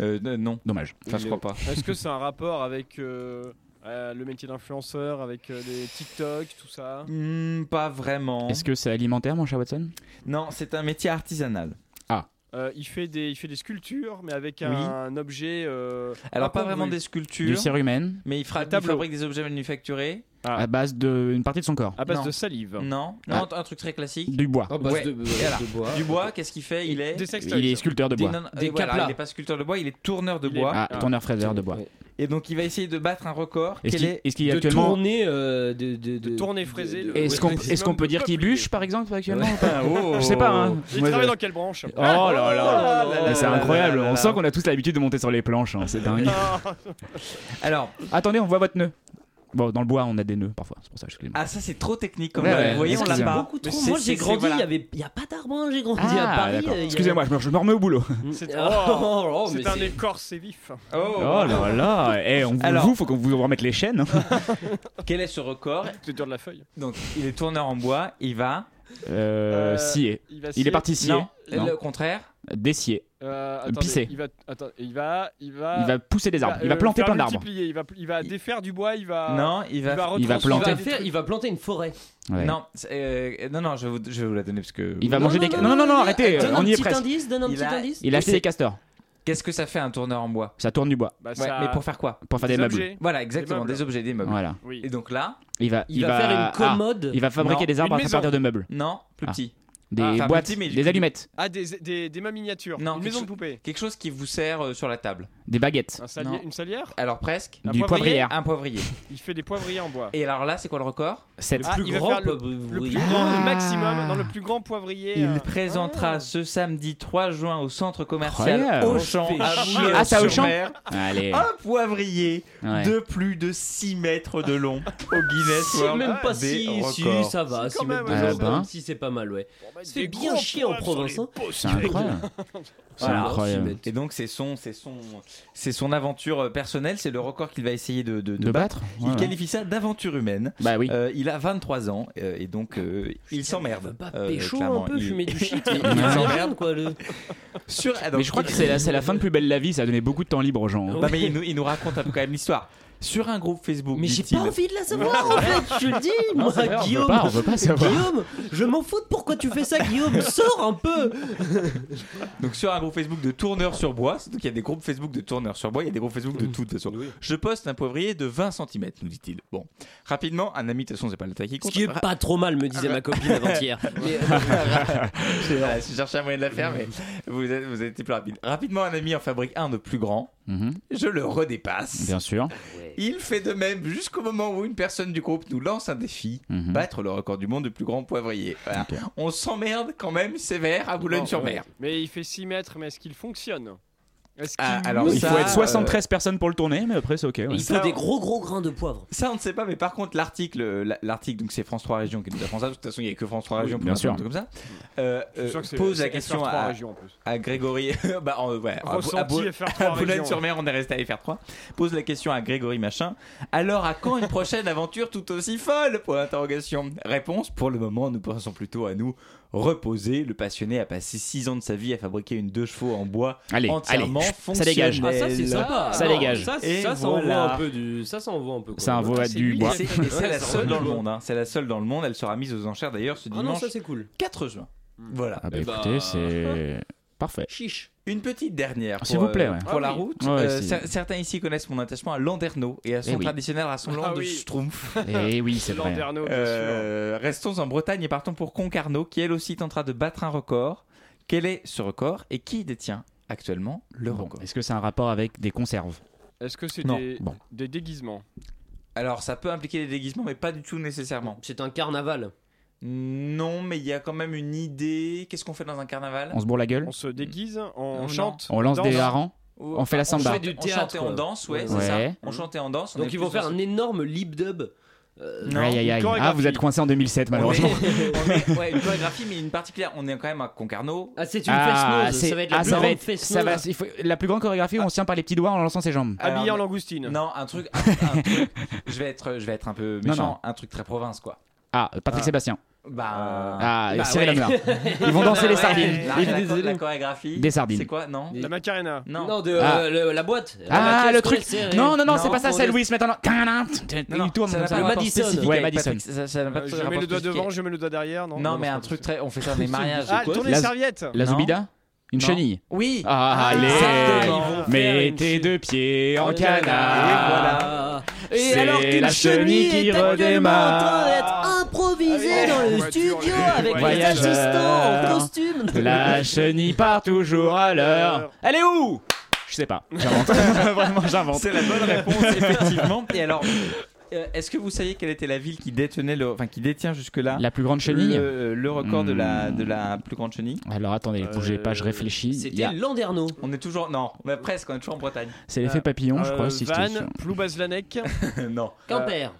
Euh, euh, Non,
Dommage.
enfin je crois pas.
Est-ce que c'est un rapport avec euh, euh, le métier d'influenceur, avec euh, les TikTok, tout ça
Hmm, pas vraiment.
Est-ce que c'est alimentaire, mon cher Watson
Non, c'est un métier artisanal.
Ah.
Euh, il, fait des, il fait des sculptures, mais avec un objet. euh,
Alors, pas
incongru.
vraiment des sculptures.
Du cérumen.
Mais il, fra- il
tableau.
fabrique des objets manufacturés.
À base de une partie de son corps.
À base
Non.
de salive.
Mm.
Non, non un truc très classique.
Ah. Du bois.
Ouais. Voilà. Du bois, qu'est-ce qu'il fait Il est.
Il est sculpteur de bois.
Des, non,
Des
euh, voilà,
caplas.
il n'est pas sculpteur de bois, il est tourneur de
Il est-
bois.
Ah, tourneur fraiseur de bois.
Et donc il va essayer de battre un record.
Est-ce
Quel
qu'il-
est
est-ce qu'il y a De actuellement- tourner,
euh, de, de,
tourner fraisé.
Est-ce qu'on est-ce qu'on peut dire qu'il bûche par exemple actuellement ou pas Je sais pas. Hein.
Il
Moi,
travaille
je-
dans quelle branche
Oh là là.
Oh là
Mais C'est
là là
incroyable.
là là
On
là.
sent qu'on a tous l'habitude de monter sur les planches. hein, C'est dingue.
Alors.
Attendez, on voit votre nœud. Bon, dans le bois, on a des nœuds parfois. C'est pour ça que je
Ah, ça c'est trop technique quand
Ouais,
même.
ouais.
Vous voyez, on
Parce
l'a
que c'est
pas.
beaucoup
Mais
trop.
c'est-
Moi, j'ai
c'est-
grandi,
c'est-
il
voilà.
y avait- il n'y a pas d'arbre, hein, j'ai grandi à
Ah,
Paris.
d'accord.
euh, il y a-
Excusez-moi, je me, je me remets au boulot.
C'est
Oh, oh,
c'est
mais
un
c'est-
écorce, c'est vif.
Oh,
Oh là là. Eh, on vous,
Alors-
vous, faut qu'on vous remette les chaînes. hein.
Quel est ce record
Tu de la feuille.
Donc il est tourneur en bois, il va.
Euh, scier.
il va
Il
scier.
est parti scier.
Non,
Non.
le contraire.
Dessier.
Euh, attendez,
Pisser.
Il va, attends, il va, il va, euh,
Il va pousser des arbres. Il va planter
faire
plein d'arbres.
multiplier, Il va, il va défaire du bois. Il va.
Non, il va-
Euh, Il va
retransformer
planter.
des
faire-
trucs.
il va planter une forêt.
Ouais.
Non, c'est- euh, non, non, je vais, vous, je vais vous la donner parce que.
Il va manger des. Non, non, non, arrêtez.
Donne un
On y est
petit
presque.
indice, donne un
Il
petit
a-
indice.
Il a acheté
C'est-
des castors.
Qu'est-ce que ça fait un tourneur en bois
Ça tourne du bois.
Bah,
Ouais,
ça-
mais pour faire quoi
Pour faire des, meubles.
objets.
Voilà, exactement,
meubles.
des objets, des meubles.
Voilà.
Oui.
Et donc là,
Il va,
Il va faire une
ah,
commode.
il va fabriquer
Non.
des arbres
Une
à partir de meubles.
non, plus
Ah.
petit.
Des
Ah, enfin,
boîtes,
petit, mais-
des allumettes,
Ah, des, des, des mains miniatures.
Non,
une
quelque
maison de
chose-
poupée.
Quelque chose qui vous sert euh, sur la table.
des baguettes,
Un salier-
Non.
une salière.
Alors presque.
Un
du
poivrier
poivrière.
Un poivrier.
Il fait des poivriers en bois.
Et alors là, c'est quoi le record
Sept.
Ah,
plus
il va
grand
faire le,
peut-
le
oui.
plus grand, le maximum, dans le plus grand poivrier. euh,
Ah. Il présentera
Ah.
ce samedi 3 juin au centre commercial
Incroyable.
Auchan
Fais
à
chier.
Ah, c'est à Auchan
Bouillon-sur-Mer
Allez.
un poivrier
Ouais.
de plus de 6 mètres de long au Guinness
C'est
World
même pas
Ah, des
si, si,
records.
ça va,
Si, quand
si, même
même,
ouais.
pas si,
Ah, ben.
si c'est pas mal, ouais.
on va mettre
C'est
des
bien
gros
chier en
poivres sur
province,
les
hein.
pots,
C'est incroyable. C'est
Voilà.
incroyable.
Et donc c'est son, c'est son, c'est son aventure euh, personnelle, c'est le record qu'il va essayer de, de- de
De
battre.
battre
Il
Voilà.
qualifie ça d'aventure humaine.
Bah oui.
Euh, il a 23 ans euh, et donc euh, il
Veut
s'emmerde.
pas
euh,
pécho un
clairement.
peu,
Il-
fumer du shit.
il-
il
il
s'emmerde, quoi. le-
Sur, ah, donc,
Mais je crois
il-
que c'est la, c'est la fin de Plus Belle la Vie, ça a donné beaucoup de temps libre aux gens.
Non, mais il nous, il nous raconte un peu quand même l'histoire. Sur un groupe Facebook,
Mais j'ai
dit-il,
pas envie de la savoir, en fait, je le dis, moi,
c'est vrai, on veut
Guillaume.
pas- on veut pas savoir.
Guillaume, je m'en fous de pourquoi tu fais ça, Guillaume, sors un peu.
donc sur un groupe Facebook de tourneurs sur bois, donc il y a des groupes Facebook de tourneurs sur bois, il y a des groupes Facebook
Mm.
de tout de toute façon. Je poste un poivrier de 20 cm, nous dit-il. Bon, rapidement, un ami, de toute façon, c'est pas le taille qui
Ce
compte.
qui est pas trop mal, me disait ma copine avant-hier. Mais, euh,
Voilà, J'ai cherché Ah, un moyen de la faire, mais vous êtes, vous êtes plus rapide. Rapidement, un ami en fabrique un de plus grand.
Mhm,
Je le redépasse.
Bien sûr.
Il fait de même jusqu'au moment où une personne du groupe nous lance un défi
Mm.
Mhm.
battre le record du monde du plus grand poivrier. Voilà. On s'emmerde quand même sévère à Boulogne-sur-Mer.
Mais il fait 6 mètres, mais est-ce qu'il fonctionne Est-ce qu'il
Ah, alors
Il
ça,
faut être
euh,
73 personnes pour le tourner, mais après c'est ok. ouais.
il faut des gros gros grains de poivre.
Ça, on ne sait pas, mais par contre, l'article, euh, la- l'article, donc c'est France 3 Régions qui nous apprend ça, de toute façon, il n'y a que France 3 Régions pour
bien sûr.
un truc comme ça, Euh,
Je suis
euh,
sûr que c'est-
pose la
c'est
question
FR3
à,
région, en plus.
à Grégory. bah, en- ouais, à- à-
Ressenti FR3
à
région.
Boulogne-sur-Mer, on est resté à FR3. Pose la question à Grégory Machin. Alors, à quand une prochaine aventure tout aussi folle Pour l'interrogation. Réponse Pour le moment, nous pensons plutôt à nous reposer. Le passionné a passé 6 ans de sa vie à fabriquer une deux chevaux en bois
Allez,
entièrement
allez, ça
fonctionnelle.
dégage.
Ah, ça, c'est sympa.
Ça
Non,
dégage.
Ça,
Et
ça, ça envoie
voilà.
un peu du. Ça, ça envoie un peu. quoi.
Ça envoie
Ah, c'est
du
lui,
bois.
Et c'est Eh
c'est-
et c'est la
ça
seule
envoie
dans
du
le
bois.
monde. hein. C'est la seule dans le monde. Elle sera mise aux enchères d'ailleurs
Oh
ce
Ah non,
dimanche
ça, c'est cool.
4 juin.
Hmm.
Voilà.
Ah bah
Eh bah-
écoutez, c'est parfait.
Chiche.
Une petite dernière. pour,
S'il vous plaît,
euh,
ouais.
Pour
Ah
la
oui.
route.
Ouais,
Euh,
si.
cer- certains ici connaissent mon attachement à Landerneau et à son
Eh oui.
traditionnel rassemblement
Ah
de
oui.
schtroumpfs.
Et Eh oui, c'est vrai.
Landerneau, bien sûr.
Euh, restons en Bretagne et partons pour Concarneau qui elle aussi tentera de battre un record. Quel est ce record et qui détient actuellement le
Bon,
record
Est-ce que c'est un rapport avec des conserves
Est-ce que c'est
non,
des,
bon.
des déguisements
Alors ça peut impliquer des déguisements mais pas du tout nécessairement.
C'est un carnaval.
Non mais il y a quand même une idée. Qu'est-ce qu'on fait dans un carnaval
On se bourre la gueule
On se déguise, on
Non.
chante,
Hmm. On lance
danse.
des harengs
Ou-
On fait la
enfin,
samba.
chante-
Du
on
théâtre,
chante et on
quoi.
danse, ouais, c'est ça.
Ouais.
On chante et on danse. on
Donc
est
ils vont
plus
faire
dans-
un énorme lip dub. euh,
Non.
Aïe aïe aïe.
Une
Ah, vous êtes
chorégraphie.
coincé en
On
2007
est-
malheureusement.
on est- ouais, une chorégraphie, mais une particulière. On est quand même à Concarneau.
Ah, c'est une
Ah,
fessneuse.
c'est-
Ça va être la
ah,
plus
ça va
grande
être ça va-
fessneuse.
il faut- la plus grande chorégraphie où on se tient par les petits doigts en lançant ses jambes.
Alors,
habillé en langoustine.
Euh, Non, un truc. un- un truc- je vais être, je vais être un peu méchant.
Non, non.
Un truc très province, quoi.
Ah, Patrick
Ah.
Sébastien.
Bah.
Ah,
bah
Cyril
ouais.
Hanouna. Ils vont danser les
Ouais,
sardines.
La,
Ils-
la- la- la chorégraphie.
Des sardines.
C'est quoi Non.
La Macarena.
Non.
Non, de euh,
Ah.
le- la boîte.
Ah,
La
le
pièce
truc.
qu'on serrait.
Non, non, non,
Non,
c'est pas ça,
on
c'est
est-
Louis. Maintenant, il tourne
ça n'a
comme
pas
ça.
de rapport
Madison.
spécifique
Ouais,
avec
Madison.
Patrick- ça- ça n'a pas
Euh,
de
je
rapport
mets le doigt
spécifique.
devant, je mets le doigt derrière. Non,
Non, mais
c'est
un
pas
truc
ça.
très. On fait ça dans les mariages.
Ah, tourne les
La-
serviettes
La
Non.
Zoubida Une chenille
Oui
ah, Allez
Exactement.
Mets tes deux pieds en
Ah,
canard
Et
C'est
alors qu'une
la chenille qui
est actuellement en train
redémarre
d'être improvisée dans le studio avec les
Euh,
Voyageur.
assistants en costume.
La chenille part toujours à l'heure Elle est où Je sais pas, j'invente Vraiment j'invente
C'est la bonne réponse, effectivement. Et alors, euh, est-ce que vous saviez quelle était la ville qui détenait le, enfin qui détient jusque-là
La plus grande chenille
le, le record de la de la plus grande chenille
Alors attendez, bougez pas, je réfléchis Il y a- Euh.
Landerneau.
On est toujours, non, on est presque, on est toujours en Bretagne.
C'est l'effet papillon,
euh,
je crois, si c'était
Van,
sûr.
Ploubazlanec.
non.
Quimper.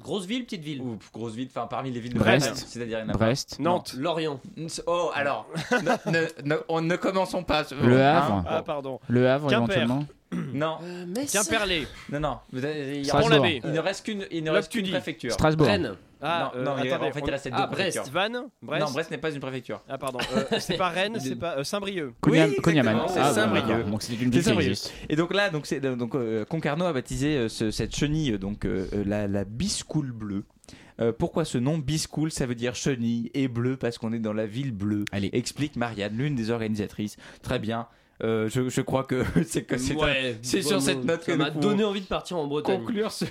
Grosse ville, petite ville.
Ou grosse ville, enfin parmi les villes de
Brest.
Bretagne, c'est-à-dire il y en a
Brest.
pas. Non.
Nantes.
Lorient.
Oh, alors, ne, ne- ne- on ne commençons pas. ce-
Le Havre.
Hein,
Ah,
bon.
pardon.
Le Havre
Quimper.
éventuellement
Non,
Quimperlé.
non, non. vous avez- Il, y a-
Strasbourg.
Pont-l'Abbé.
il ne reste qu'une, il ne
Lop
reste qu'une
Tudy.
préfecture.
Strasbourg
Rennes.
Ah,
non,
euh,
non, il y a-
attendez,
en fait,
on-
il reste deux
Ah, Brest.
préfectures.
Van, Brest.
Non, Brest n'est pas une préfecture.
Ah, pardon. euh, c'est pas Rennes, c'est pas euh, Saint-Brieuc.
Cognac-
Oui,
Cognaman.
exactement, c'est
Ah, bon,
Saint-Brieuc.
d'accord. Donc c'est une
C'est
ville qui
Saint-Brieuc.
existe.
Et donc là, donc c'est donc euh, Concarneau a baptisé euh, ce- cette chenille euh, donc euh, euh, la, la biscoule bleue. Euh, pourquoi ce nom biscoule Ça veut dire chenille et bleu parce qu'on est dans la ville bleue.
Allez.
Explique Marianne, l'une des organisatrices. Très bien. Euh, je, je crois que c'est que c'est
Ouais,
c'est
bon,
sur cette note que
ça m'a
nous
donné envie de partir en
pour
Bretagne.
conclure ce,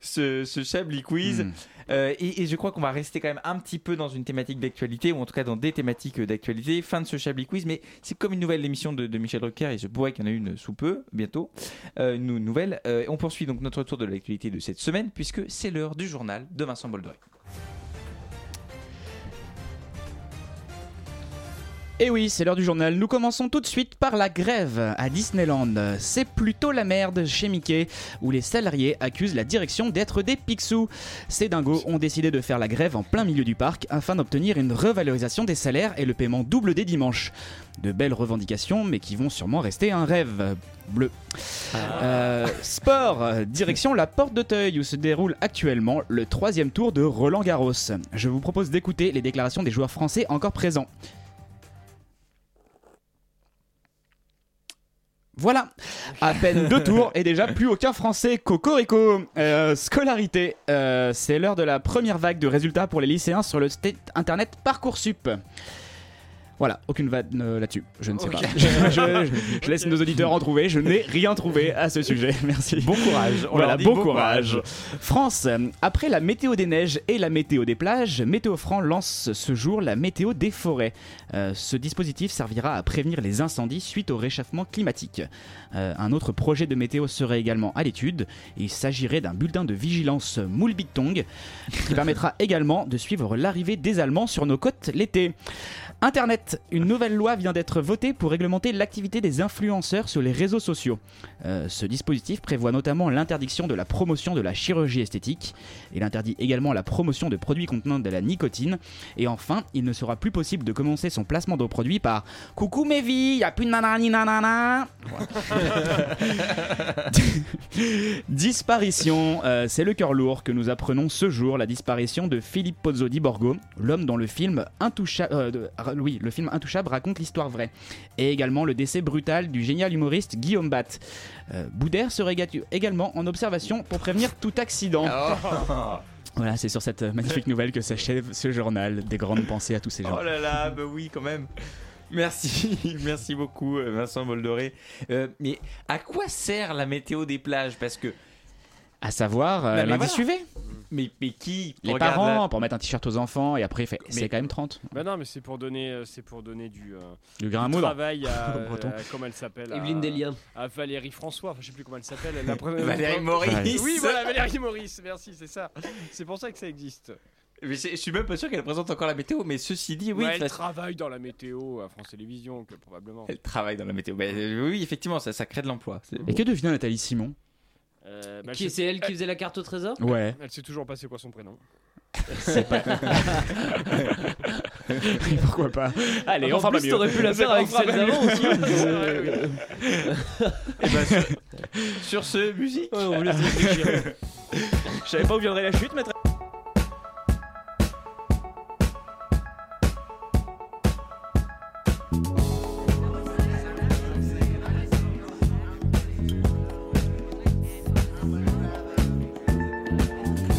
ce, ce Chablis quiz.
Hmm.
Euh, et, et je crois qu'on va rester quand même un petit peu dans une thématique d'actualité, ou en tout cas dans des thématiques euh, d'actualité. Fin de ce Chablis Quiz, mais c'est comme une nouvelle émission de, de Michel Drucker, il se pourrait qu'il y en a une sous peu, bientôt, euh, une nou- nouvelle. Euh, on poursuit donc notre tour de l'actualité de cette semaine, puisque c'est l'heure du journal de Vincent Boldoré.
Et Eh oui, c'est l'heure du journal. Nous commençons tout de suite par la grève à Disneyland. C'est plutôt la merde chez Mickey, où les salariés accusent la direction d'être des picsous. Ces dingos ont décidé de faire la grève en plein milieu du parc afin d'obtenir une revalorisation des salaires et le paiement double des dimanches. De belles revendications, mais qui vont sûrement rester un rêve bleu. Euh, sport, euh, direction la porte d'Auteuil où se déroule actuellement le troisième tour de Roland Garros. Je vous propose d'écouter les déclarations des joueurs français encore présents. Voilà, à peine deux tours et déjà plus aucun Français. Cocorico. Euh, scolarité, Euh, c'est l'heure de la première vague de résultats pour les lycéens sur le site internet parcoursup. Voilà, aucune vanne euh, là-dessus. Je ne sais pas. Je, je- je laisse nos auditeurs en trouver. Je n'ai rien trouvé à ce sujet. Merci. Bon courage.
On
voilà,
leur dit
bon
bon
courage. France, euh, après la météo des neiges et la météo des plages, Météo France lance ce jour la météo des forêts. Euh, ce dispositif servira à prévenir les incendies suite au réchauffement climatique. Euh, un autre projet de météo serait également à l'étude. Il s'agirait d'un bulletin de vigilance Moulbitong qui permettra également de suivre l'arrivée des Allemands sur nos côtes l'été. Internet, une nouvelle loi vient d'être votée pour réglementer l'activité des influenceurs sur les réseaux sociaux. Euh, ce dispositif prévoit notamment l'interdiction de la promotion de la chirurgie esthétique. Il interdit également la promotion de produits contenant de la nicotine. Et enfin, il ne sera plus possible de commencer son placement de produits par Coucou mes vies, y a plus de nanani nanana. Disparition, euh, c'est le cœur lourd que nous apprenons ce jour, la disparition de Philippe Pozzo di Borgo, l'homme dont le film Intouchable, euh, oui, le film Intouchable raconte l'histoire vraie, et également le décès brutal du génial humoriste Guillaume Bat. Boudère serait gatu- également en observation pour prévenir tout accident.
Oh,
Voilà, c'est sur cette magnifique nouvelle que s'achève ce journal des grandes pensées à tous ces gens.
Oh là là, bah oui, quand même. Merci, merci beaucoup euh, Vincent Boldoré. Euh, mais à quoi sert la météo des plages Parce que,
À savoir, euh,
Non, mais
lundi
voilà.
suivez
mais, mais qui
les
regarde
parents
la-
pour mettre un t-shirt aux enfants et après il fait,
Mais-
c'est quand même 30.
Bah non, mais c'est pour donner, euh, c'est pour donner du, euh,
Le grain à
du
moudre.
travail à, euh,
Au breton.
à- comment elle s'appelle, à,
Evelyne Ah. Delia.
à Valérie François. Enfin, je sais plus comment elle s'appelle. elle a-
Valérie Maurice.
euh, Oui, voilà Valérie Maurice. Merci, c'est ça. C'est pour ça que ça existe.
Mais c'est- je suis même pas sûr qu'elle présente encore la météo, mais ceci dit, oui,
Ouais,
de
elle
toute façon,
travaille dans la météo à France Télévisions, que probablement.
elle travaille dans la météo. Bah, euh, oui, effectivement, ça, ça crée de l'emploi. C'est-
Et que devient Nathalie Simon
Euh, bah,
Qui
je sais-
c'est elle qui faisait la carte au trésor
Ouais.
elle sait toujours pas c'est quoi son prénom.
Pourquoi pas Allez, on
Ah, en
fera pas
plus,
mieux.
t'aurais pu la faire avec celle d'avant aussi.
Sur ce, musique.
Ouais, on vous laisse réfléchir.
Je savais pas où viendrait la chute, maître.
Let's be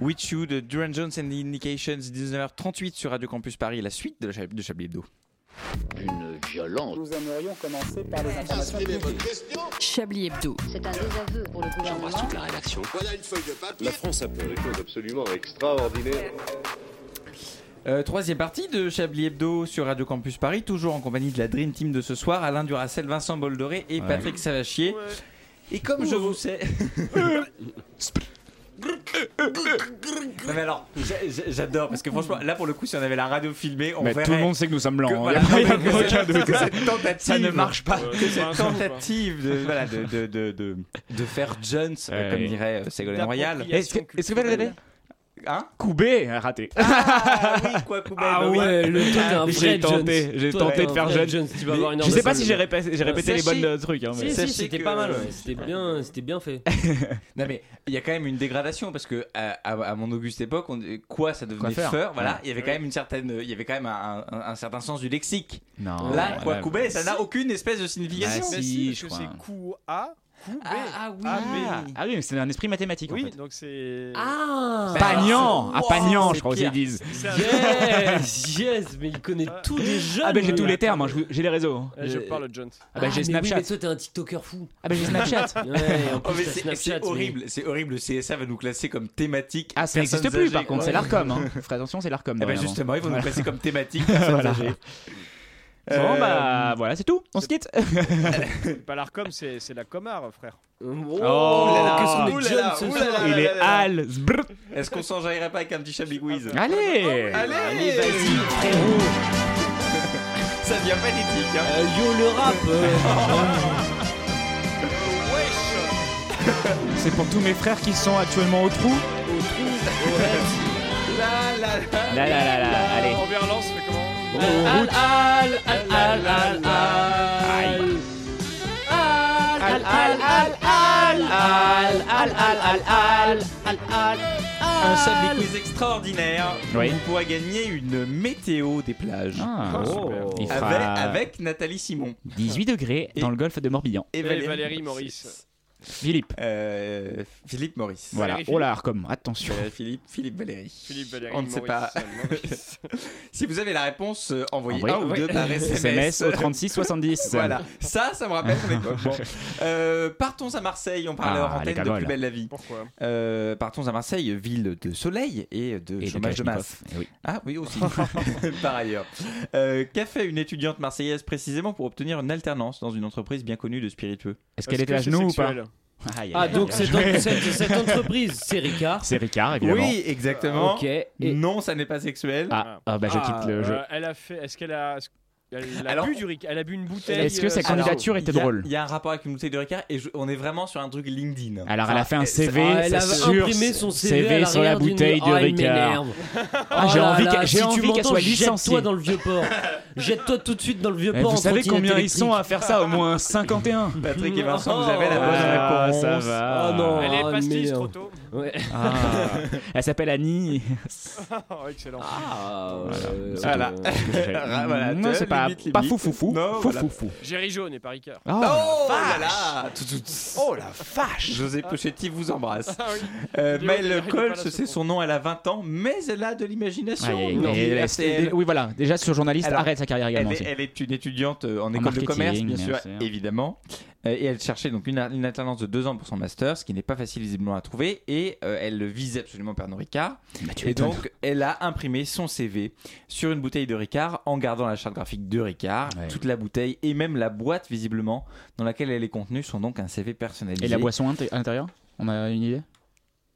With You de Duran Jones and the Indications, 19h38 sur Radio Campus Paris, la suite de, la Chab- de Chablis Hebdo.
Une violence.
Nous aimerions commencer par les informations publiques.
Chablis Hebdo.
C'est un désaveu pour le gouvernement.
toute la rédaction.
Voilà une feuille de papier.
La France a fait des choses absolument extraordinaires.
Euh, troisième partie de Chablis Hebdo sur Radio Campus Paris, toujours en compagnie de la Dream Team de ce soir, Alain Duracel, Vincent Boldoré et
Ouais.
Patrick Savachier. Et comme je vous sais. Non mais alors, j'a- j'a- j'adore parce que franchement, là pour le coup, si on avait la radio filmée, on
Mais
verrait
tout le monde sait que nous sommes blancs.
que,
hein.
voilà,
Il y a
que
aucun
cette-
doute.
que cette tentative,
Ça ne marche pas.
que cette tentative de, voilà, de, de, de, de, de faire Jones,
Ouais.
comme dirait euh, Ségolène Royal.
Est-ce que- est-ce que vous l'avez
Hein
Koubé a raté.
Ah
bah oui.
ouais, le
Ah,
d'un vrai
J'ai tenté,
Jones.
j'ai
Toi,
tenté
t'es
de
un
faire
vrai
jeune.
Jones, tu vas avoir une
je
heure
sais
de
pas si
solde.
j'ai répété, j'ai répété les
Sachez-
bonnes euh, trucs. hein, mais-
Si, si, c'était pas mal, ouais. C'était bien, c'était bien fait.
non mais il y a quand même une dégradation parce que à, à- à mon auguste époque, on- quoi ça
Quoi
devenait
faire
feur, voilà,
Ouais.
il y avait quand même une certaine, il y avait quand même un, un- un certain sens du lexique.
Non.
Là,
Ouais,
quoi
ouais.
coubé, ça n'a aucune espèce de signification.
Bah si, Bah si, je parce que crois. c'est
coup A, coup B.
Ah, oui.
Ah, ah oui, mais c'est un esprit mathématique. en
Oui,
fait.
donc c'est.
Ah
Pagnan,
Wow,
à Pagnan,
c'est
je crois qu'ils
pire.
disent.
Yes, yes, mais il connaît tous les jeunes.
Ah ben j'ai tous les termes, hein, je vous- j'ai les réseaux.
Euh, Je parle de Jones.
Ah bah, j'ai
mais
Snapchat.
Oui, mais toi t'es un TikToker fou.
Ah bah j'ai Snapchat.
Ouais, en
Oh, mais
plus, t'as
c'est-
Snapchat.
c'est horrible, c'est horrible. Le CSA va nous classer comme thématique.
Ah, ça n'existe
personnes
plus par
âgées.
contre, c'est
Ouais.
l'ARCOM. Hein. Faites attention, c'est l'ARCOM.
Eh ben
dorénavant.
justement, ils vont nous
Voilà.
placer comme thématique. personnes
Voilà.
âgées.
Bon
Euh,
bah voilà, c'est tout. On se quitte.
C'est Pas l'Arcom, c'est c'est la Comar, frère.
Oh,
Oh là là, oh là là
Il
là
est
là là.
Al. Zbrr.
Est-ce qu'on s'en jaillirait pas avec un petit chablis quiz
Ah, Allez.
Allez, vas-y, frérot Ça devient pathétique, hein
Euh, Yo le rap euh,
C'est pour tous mes frères qui sont actuellement au trou.
La la la
Là là là là. Allez.
En Berlance, mais comment
Route.
Al, al, al, al,
Aïe.
al. Al, al, al, al, al, al, al, al, al, al, al,
Un
al.
chablis quiz extraordinaire
Ah. Oui.
Vous pourrez gagner une météo des plages
Ah, Il
avec,
fera
avec Nathalie Simon
18 degrés dans le golfe de Morbihan.
et
Et
Valérie,
Valérie, Maurice.
Philippe.
Euh, Philippe Maurice
Voilà.
Valérie
Oh là, Arcom. Attention.
Valérie Philippe, Philippe Valérie
Philippe Valérie
On ne sait
Maurice,
pas.
Maurice.
Si vous avez la réponse, euh, envoyez
Envoyez-
un ou deux par
SMS au 36 70.
Voilà, ça, ça me rappelle mon époque. Bon. Euh, partons à Marseille, on parle
Ah,
hors
les
antenne de
cagoles.
Plus Belle la Vie.
Pourquoi
Euh, partons à Marseille, ville de soleil et de
Et
chômage de masse.
Kalachnikov. Eh oui.
Ah oui aussi, par ailleurs. Euh, Qu'a fait une étudiante marseillaise précisément pour obtenir une alternance dans une entreprise bien connue de spiritueux
Est-ce qu'elle
Est-ce
était
que
à
c'est
genoux ou pas
sexuel
Aïe, aïe,
Ah
aïe,
donc
aïe.
cette, cette, cette entreprise, c'est Ricard.
C'est Ricard, évidemment.
Oui, exactement.
Ok. Et
Non, ça n'est pas sexuel.
Ah, ah, bah je
Ah,
quitte le jeu.
euh, elle a fait. Est-ce qu'elle a. Elle a
Alors-
bu du Ric- Elle a bu une bouteille.
Est-ce que sa
euh, sans-
candidature était
Il y a-
drôle
Il y a un rapport avec une bouteille de Ricard et je- on est vraiment sur un truc LinkedIn.
Alors elle a fait un CV
Ah, elle a
sur,
imprimé son CV, à
sur la
l'arrière d'une-
bouteille de
Ah, il
Ricard.
m'énerve.
Ah,
Oh
j'ai
là
envie
là,
qu'elle-
si
j'ai
tu
envie qu'elle
m'entends,
soit
Jette-toi
licenciée.
dans le vieux port. Jette-toi tout de suite dans le vieux
Eh,
port.
vous
en
savez
trottinette
combien ils
électrique.
sont à faire ça Au moins 51
Patrick et Vincent, vous
Oh.
avez la bonne
Ah,
réponse.
ça va.
Ah, non.
Elle est
Ah,
pastille, c'est trop
merde.
tôt.
Ouais.
Ah. Elle s'appelle Annie.
Oh, excellent.
Ah, euh,
Voilà.
euh,
Ah, voilà,
non, c'est
limite,
pas,
limite.
pas fou fou fou.
Non,
fou,
voilà.
fou, fou.
Jerry Jaune et pas Ricard.
Oh,
Oh là là Tout, tout, tout.
oh la vache
José Pochetti vous embrasse.
Ah oui.
Euh,
Il est- il
Maëlle
arrive pas
Coles,
là, ce
c'est
con.
son nom, elle a 20 ans, mais elle a de l'imagination.
Aïe, aïe,
Non,
aïe.
elle,
Et-
est-
Oui voilà, déjà sur journaliste
Alors,
arrête sa carrière
elle
également.
est,
aussi.
elle est une étudiante euh, en école de
marketing,
commerce, bien sûr,
bien sûr.
évidemment. Euh, et elle cherchait donc une, une alternance de deux ans pour son master, ce qui n'est pas facile visiblement à trouver. Et euh, elle le visait absolument Pernod Ricard.
Bah, tu
Et
m'étonnes.
donc, elle a imprimé son CV sur une bouteille de Ricard en gardant la charte graphique de Ricard.
Ouais.
Toute la bouteille et même la boîte, visiblement, dans laquelle elle est contenue, sont donc un CV personnalisé.
Et la boisson inté- à l'intérieur On a une idée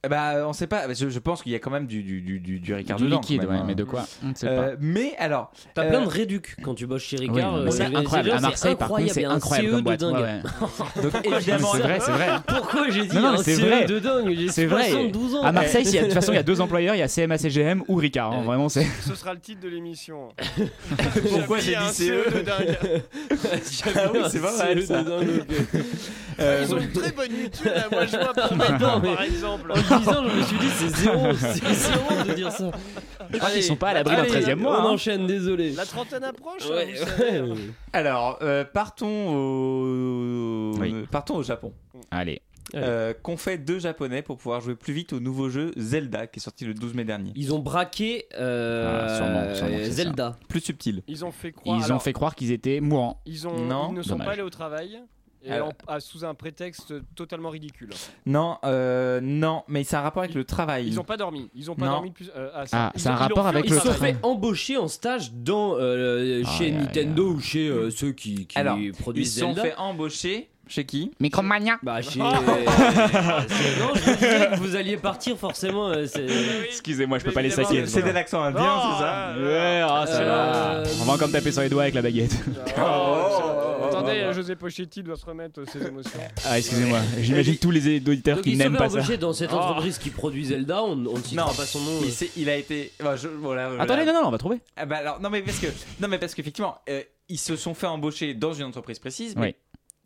Eh bah, on sait pas. Je, je pense qu'il y a quand même du, du, du, du, du Ricard
Du
dedans,
liquide,
quand même,
ouais,
hein.
mais de quoi On ne sait pas.
Euh, mais alors,
T'as
euh,
plein de réducs quand tu bosses chez
Oui,
Ricard.
non, mais
euh,
c'est
les- les
incroyable.
gens,
À Marseille, par contre, c'est incroyable
incroyable, il y a un E
comme
CE de
boîte.
dingue.
ouais, ouais.
donc,
Non, mais
évidemment,
C'est vrai, c'est vrai.
Pourquoi j'ai dit
Non, non,
un
mais c'est
CE
vrai.
de dingue J'ai
C'est vrai.
72 ans.
À Marseille, s'il y a- de toute façon, il y a deux employeurs, il y a CMA CGM ou Ricard. hein, Vraiment, c'est.
Ce sera le titre de l'émission.
Pourquoi j'ai
J'appuie un
dit CE
de dingue.
Ah oui, c'est pas mal, ça. euh,
Ils ont une très bonne mutuelle. là. Moi, je vois pour mes
non,
dents,
Ah, mais-
par exemple.
En le disant, je me suis dit, c'est zéro, c'est zéro de dire ça.
Je crois qu'ils sont pas à l'abri d'un
Allez,
13 e mois.
On
hein.
enchaîne, désolé.
La trentaine approche. hein,
Ouais,
vous savez.
ouais.
alors, euh, partons au
Oui.
partons au Japon.
Allez.
euh, qu'ont fait deux Japonais pour pouvoir jouer plus vite au nouveau jeu Zelda qui est sorti le 12 mai dernier.
Ils ont braqué euh,
Ah, sûrement, sûrement, c'est
Zelda.
Plus subtil.
Ils ont fait croire.
Ils ont
alors,
fait croire qu'ils étaient mourants.
Ils, ont, ils ne sont pas allés au travail. Et
Euh,
Alors-
en- ah, sous un prétexte totalement ridicule.
Non, euh, non, mais c'est un rapport avec le travail.
Ils n'ont pas dormi. Ils n'ont pas
Non.
dormi depuis. euh,
Ah,
ils
c'est
ont-
un
ils l'ont
rapport
fait au
avec
Ils
le
travail.
se sont fait embaucher en stage dans, euh, chez Nintendo ou chez euh, ceux qui, qui
Alors, ils
produisent
se sont
Zelda.
fait embaucher chez qui
Micromania
Bah, chez. c'est- non, je me disais que vous alliez partir forcément. euh, c'est-
Excusez-moi, je peux pas les
Évidemment,
saquer.
c'est- C'était
voilà.
l'accent indien,
Oh,
c'est ça
Ouais, ah, c'est
Euh,
bon. On va encore me taper sur les doigts avec la baguette.
Attendez, José Pochetti doit se remettre euh, ses émotions.
Ah, excusez-moi. J'imagine tous les auditeurs
Donc,
qui
ils se sont
n'aiment
fait
pas ça.
embaucher dans cette
Oh.
entreprise qui produit Zelda. On on ne citera
Ah. Non.
pas son nom.
Mais c'est- il a été. enfin, je- voilà, voilà.
Attendez, non, non, on va trouver.
Ah bah alors, non, mais parce que, non, mais parce qu'effectivement, euh, ils se sont fait embaucher dans une entreprise précise. Mais
Oui.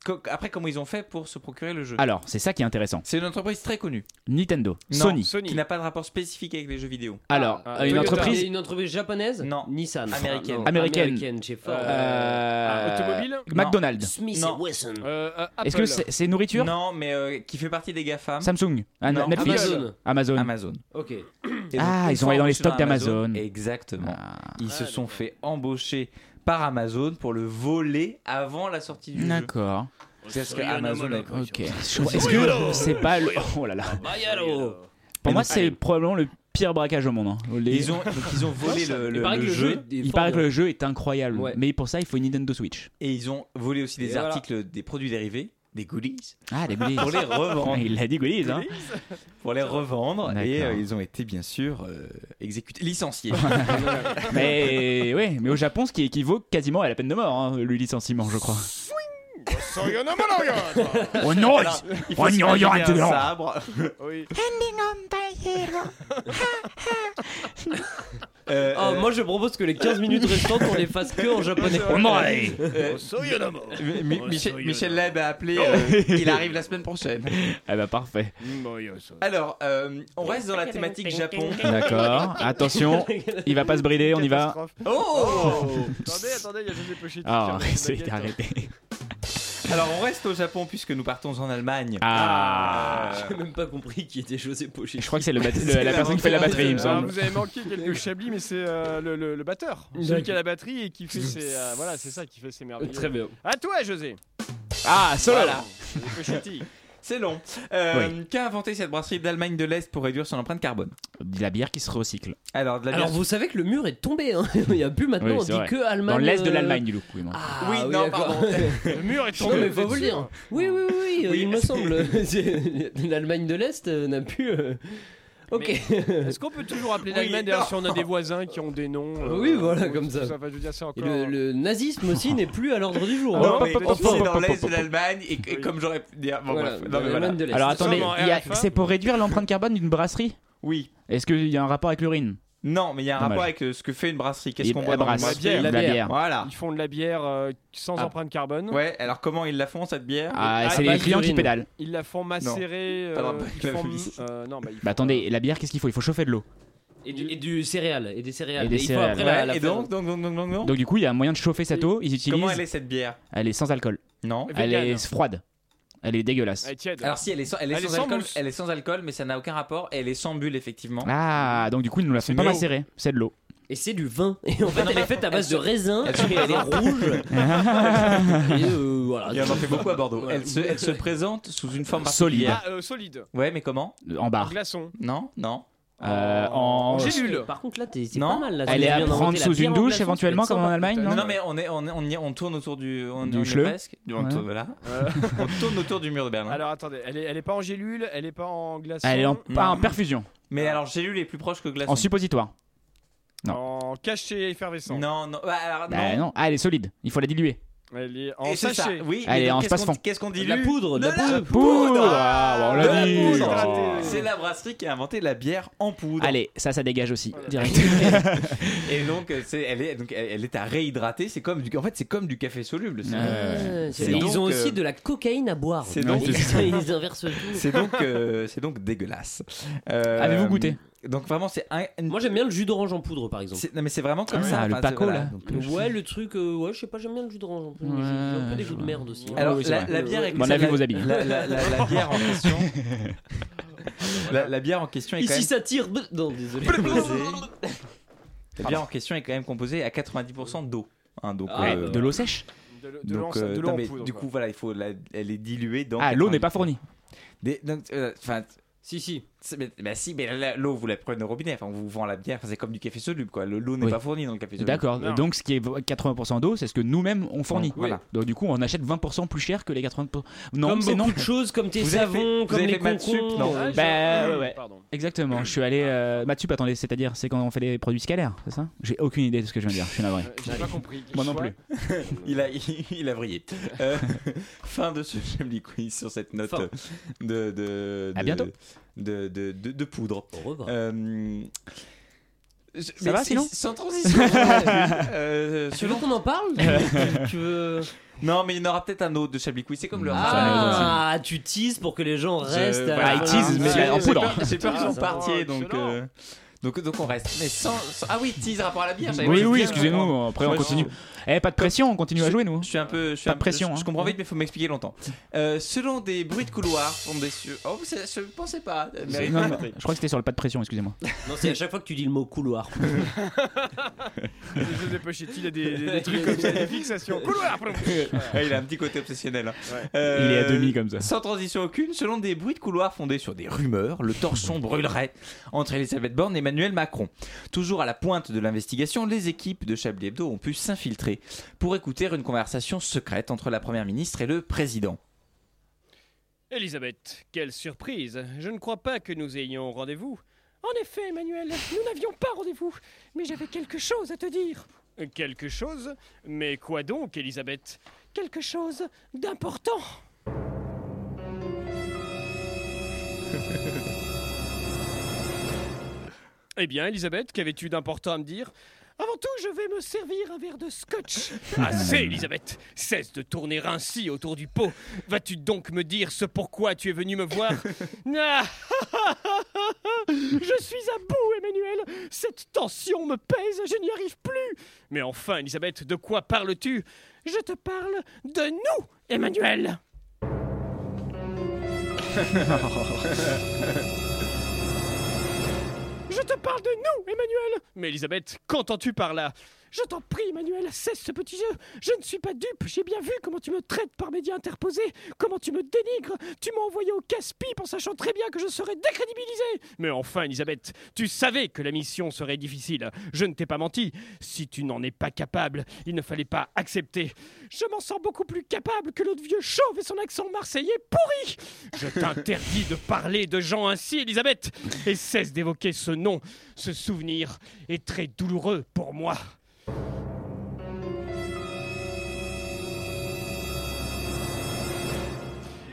co- après, comment ils ont fait pour se procurer le jeu
Alors, c'est ça qui est intéressant.
Ah. C'est une entreprise très connue.
Nintendo,
Non,
Sony.
Qui n'a pas de rapport spécifique avec les jeux vidéo.
Alors,
Ah,
une
Toyota.
entreprise
Une entreprise japonaise
Non.
Nissan.
Américaine.
Non,
Américaine.
chez Ford.
Euh,
ah, automobile
McDonald's.
Smith
Non.
et Wesson.
Euh, euh,
Est-ce
Apple.
que c'est c'est nourriture
Non, mais euh, qui fait partie des GAFAM.
Samsung. Ah,
Non,
Netflix.
Amazon.
Amazon.
Amazon.
Ok.
Et donc,
Ah,
une
ils sont
fois
allés dans les
embauchés
stocks d'Amazon.
Exactement.
Ah.
Ils se sont fait embaucher par Amazon pour le voler avant la sortie du jeu.
D'accord.
Parce que Amazon a-
Ok. Est-ce que c'est pas le. Oh là là.
Bah,
Bayaro.
Pour moi, c'est probablement le pire braquage au monde. hein. Les-
Ils ont, donc ils ont volé le, le-
paraît
le
que le
jeu
jeu est
Il
fort,
paraît que
hein.
le jeu est incroyable,
Ouais.
mais pour ça, il faut une Nintendo Switch.
et ils ont volé aussi des
Et voilà.
articles, des produits dérivés, des goodies,
Ah, les goodies.
pour les revendre.
Il a dit goodies, hein.
pour les revendre et
D'accord.
euh, ils ont été bien sûr euh, exécutés, licenciés.
Mais ouais, mais au Japon, ce qui équivaut quasiment à la peine de mort, hein, le licenciement, je crois. oh non,
Il
Oh, non, il
s'imaginer
y aura un
un
talent.
sabre.
Oui.
Euh,
Ah, moi je propose que les 15 minutes restantes on les fasse que en japonais.
Oh non, allez.
euh, Mi- Mi- Michel, Michel Leb a appelé. euh, il arrive la semaine prochaine.
Eh bah parfait.
Mm,
Alors, euh, on reste dans la thématique Japon.
D'accord. Attention, il va pas se brider, on y va.
Catastrophe.
Oh
attendez, attendez, il y a José Pochetti. qui
Ah,
remet ses
c'est
baguettes.
arrêté.
Alors, on reste au Japon puisque nous partons en Allemagne.
Ah.
Euh,
J'ai même pas compris qui était José Pochetti.
Je crois que c'est le, bat- le- la
la
personne qui fait la
mention,
batterie, il me
Ah,
semble.
vous avez manqué quelques chablis, mais c'est euh, le, le- le batteur. Celui qui a la batterie et qui fait ses. euh, voilà, c'est ça qui fait ses merveilles.
Très bien.
À toi, José.
Ah, solo là.
Voilà.
José Pochetti.
C'est long. Euh, Qu'a inventé cette brasserie d'Allemagne de l'Est pour réduire son empreinte carbone
La bière qui se recycle.
Alors, de la
Alors
bière-
vous savez que le mur est tombé, hein. il n'y a plus maintenant,
Oui,
on
c'est
dit
vrai.
que Allemagne.
Dans l'est de
euh,
l'Allemagne, du coup. moi.
Ah,
Oui, non,
d'accord.
pardon.
Le mur est
Non
tombé.
mais faut vous le dire. Oui, oui, oui, oui, euh,
Oui.
il me semble. C'est- L'Allemagne de l'Est euh, n'a plus. euh, Ok.
Est-ce qu'on peut toujours appeler
Oui,
l'Allemagne
non.
d'ailleurs si on a des voisins qui ont des noms euh,
Oui, voilà,
ou
comme
tout
ça.
Enfin, je veux dire, c'est
Et
encore.
le, le nazisme aussi n'est plus à l'ordre du jour.
Ah Non,
hein.
mais
hop,
c'est
hop,
dans
hop,
l'Est de
hop, hop.
l'Allemagne et que- comme j'aurais pu dire. Bon,
Voilà,
bref. Non, mais voilà.
l'Allemagne de l'est.
Alors attendez,
Sûrement
il y a-
RFA.
c'est pour réduire l'empreinte carbone d'une brasserie
Oui.
Est-ce qu'il y a un rapport avec l'urine
Non, mais il y a un
Dommage.
rapport avec euh, ce que fait une brasserie. Qu'est-ce
Et-
qu'on
la
boit dans une
brasse.
La
brasserie
bière.
La
La bière.
bière.
Voilà.
Ils font de la bière euh, sans
Ah.
empreinte carbone.
Ouais, alors comment ils la font cette bière
Ah,
Ah,
c'est
bah,
les clients qui
l'urine.
pédalent.
Ils la font macérer.
Pas
euh,
dans-
ils
la
font-
publicité.
euh, non, bah, ils font-
Bah attendez, et la bière, qu'est-ce qu'il faut Il faut chauffer de l'eau.
Et du, et du céréal, et des céréales.
Et des
il faut
céréales.
après
Ouais,
la- la
et
faire-
donc, donc, donc, donc, donc, donc,
Donc du coup, il y a un moyen de chauffer cette eau. Ils utilisent.
Comment elle est hein. cette bière
Elle est sans alcool.
Non.
Elle
Vegan.
est froide. Elle est dégueulasse.
Elle est tiède.
Alors si elle est sans, elle est
Elle est
sans
sans
alcool,
mousse.
elle est sans alcool, mais ça n'a aucun rapport. Elle est sans bulle effectivement.
Ah, donc du coup, ils ne la font
C'est
pas
de l'eau.
macérer. C'est de l'eau.
Et c'est du vin. Et en fait, elle est faite à base de raisin.
elles sont-
et Elle est rouge. et euh, voilà.
Il y en a fait beaucoup à Bordeaux.
Ouais.
Elle se, elle se présente sous une forme
Solide.
particulière.
Ah, euh, solide.
Ouais, mais comment
En
En
barre.
glaçon.
Non, non.
Euh,
Oh.
en...
J'ai lu le.
Par contre, là, t'es- c'est
Non.
pas mal. Là,
Elle
Tu
est à
viens
prendre
d'inventer la
sous
bière
une
en
douche
glaçon,
éventuellement
peut-être
comme en
sympa.
Allemagne,
Non,
non
non, mais on est, on, est- on, y- on tourne autour du, on,
Du
on y est
chleu.
presque. On
Ouais.
tourne- voilà. On tourne autour du mur de Berlin.
Euh, Alors attendez, elle est, elle est pas en gélule, elle est pas en glaçon.
Elle est en,
Non.
pas en perfusion,
mais alors j'ai lu les plus proches que glaçons.
en suppositoire. non.
En cachet effervescent.
Non, non. bah, alors,
Bah non, ah, elle est solide, il faut la diluer.
Elle est en
Et c'est ça,
sachet.
Oui.
Allez,
mais donc,
en
qu'est-ce qu'on
passe-fond.
Qu'est-ce qu'on dit
De la poudre, de la poudre.
Ah, bah, on
De
l'a
la
dit
poudre.
Oh.
C'est la brasserie qui a inventé la bière en poudre.
Allez, ça, ça dégage aussi,
Voilà.
direct.
Et donc, euh, c'est- elle est, donc elle, elle est à réhydrater. C'est comme du, en fait, c'est comme du café soluble. c'est-
Euh,
Ouais, c'est-
c'est donc,
Ils ont
euh,
aussi de la cocaïne à boire.
c'est
Ils-
donc-
Ils inversent tout.
C'est donc, euh, c'est donc dégueulasse. Euh,
Avez-vous goûté
Donc vraiment, c'est un.
Moi j'aime bien le jus d'orange en poudre par exemple.
Non mais c'est vraiment comme ça.
Ah, le
enfin, c'est-
Paco,
voilà.
là.
Donc,
Ouais,
je-
le truc, euh, ouais, je sais pas, j'aime bien le jus d'orange en poudre. mais j'ai- j'ai un peu des jus de merde aussi. hein.
Alors, la, la bière est- la- La, la- la- la bière en question. la, la bière en question est
Ici
quand même.
ça tire. bleu- Non, désolé.
La bière en question est quand même composée à 90% d'eau. hein, donc,
Ah, ouais, de l'eau sèche
De l'eau- de l'eau
Donc,
en-
euh,
de l'eau
non,
en
mais
poudre,
du
quoi.
coup, voilà, il faut la- elle est diluée dans.
Ah, l'eau n'est pas fournie.
Des- donc, euh, enfin,
si, si.
Mais, mais si, mais la- l'eau, vous la prenez au robinet. Enfin, on vous vend la bière. Enfin, c'est comme du café soluble, quoi. Le- L'eau n'est
Oui.
pas fournie dans le café soluble.
D'accord, donc ce qui est 80% d'eau, c'est ce que nous-mêmes on fournit.
Voilà.
Donc du coup, on achète 20% plus cher que les 80%. Non,
Comme
c'est
beaucoup
non.
de choses, comme tes
Vous avez fait-
savons,
vous
comme
avez
les
fait Mathsup,
concombres,
Ah,
non.
euh,
Bah,
je-
ouais, ouais. Exactement, je suis allé. Euh, Mathieu, attendez, c'est-à-dire, c'est quand on fait des produits scalaires, c'est ça J'ai aucune idée de ce que je viens de dire, je suis navré.
J'ai pas compris.
Moi non
Soit-
plus.
il, a, il, a vrillé. Euh, fin de ce Chablis Quiz sur cette note
Fin.
de, de,
À
de-
bientôt.
de, de, de- de poudre. Euh,
Au revoir.
ça
va, sinon
Sans transition. euh,
Tu veux qu'on en parle Tu veux.
Non, mais il y en aura peut-être un autre de Chablis Quiz. C'est comme le Euh,
Ah, tu teases pour que les gens restent. à la
voilà. Ah,
fin.
J'ai- j'ai peur-
Ah,
J'ai peur qu'ils
ça
sont
va.
partis, donc. euh, Donc, donc on reste. Mais sans, sans- Ah oui, tease rapport à la bière. j'avais
Oui,
pas
oui,
dit.
excusez-nous, après on
Moi, je-
continue. Eh, pas de pression, on continue à jouer nous.
Je suis un peu. Je suis
Pas
un-
de pression,
Je, je
hein. Mmh.
comprends vite, mais il faut m'expliquer longtemps. Euh, selon des bruits de couloir, on des sur- Oh, c'est- je pensais pas. euh,
C'est-
mérite pas.
non, non, je crois que c'était sur le pas de pression, excusez-moi.
Non, c'est à chaque fois que tu dis le mot couloir.
Joseph Pochetti, il a des, des- des trucs comme ça, des fixations. Couloir
Ah, il a un petit côté obsessionnel. hein.
Il est à demi comme ça.
Sans transition aucune, selon des bruits de couloir fondés sur des rumeurs, le torchon brûlerait entre Elisabeth Borne et Emmanuel Macron. Toujours à la pointe de l'investigation, les équipes de Chablis Hebdo ont pu s'infiltrer pour écouter une conversation secrète entre la première ministre et le président.
Elisabeth, quelle surprise Je ne crois pas que nous ayons rendez-vous. En effet, Emmanuel, nous n'avions pas rendez-vous, mais j'avais quelque chose à te dire. Quelque chose Mais quoi donc, Elisabeth Quelque chose d'important. Eh bien, Elisabeth, qu'avais-tu d'important à me dire Avant tout, je vais me servir un verre de scotch. Assez, Elisabeth Cesse de tourner ainsi autour du pot. Vas-tu donc me dire ce pourquoi tu es venue me voir Ah, ah, ah, ah, ah. Je suis à bout, Emmanuel Cette tension me pèse, je n'y arrive plus Mais enfin, Elisabeth, de quoi parles-tu Je te parle de nous, Emmanuel Je te parle de nous, Emmanuel Mais Elisabeth, qu'entends-tu par là Je t'en prie, Emmanuel, cesse ce petit jeu Je ne suis pas dupe, j'ai bien vu comment tu me traites par médias interposés, comment tu me dénigres Tu m'as envoyé au casse-pipe en sachant très bien que je serais décrédibilisé Mais enfin, Elisabeth, tu savais que la mission serait difficile, je ne t'ai pas menti. Si tu n'en es pas capable, il ne fallait pas accepter. Je m'en sens beaucoup plus capable que l'autre vieux chauve et son accent marseillais pourri Je t'interdis de parler de gens ainsi, Elisabeth Et cesse d'évoquer ce nom, ce souvenir est très douloureux pour moi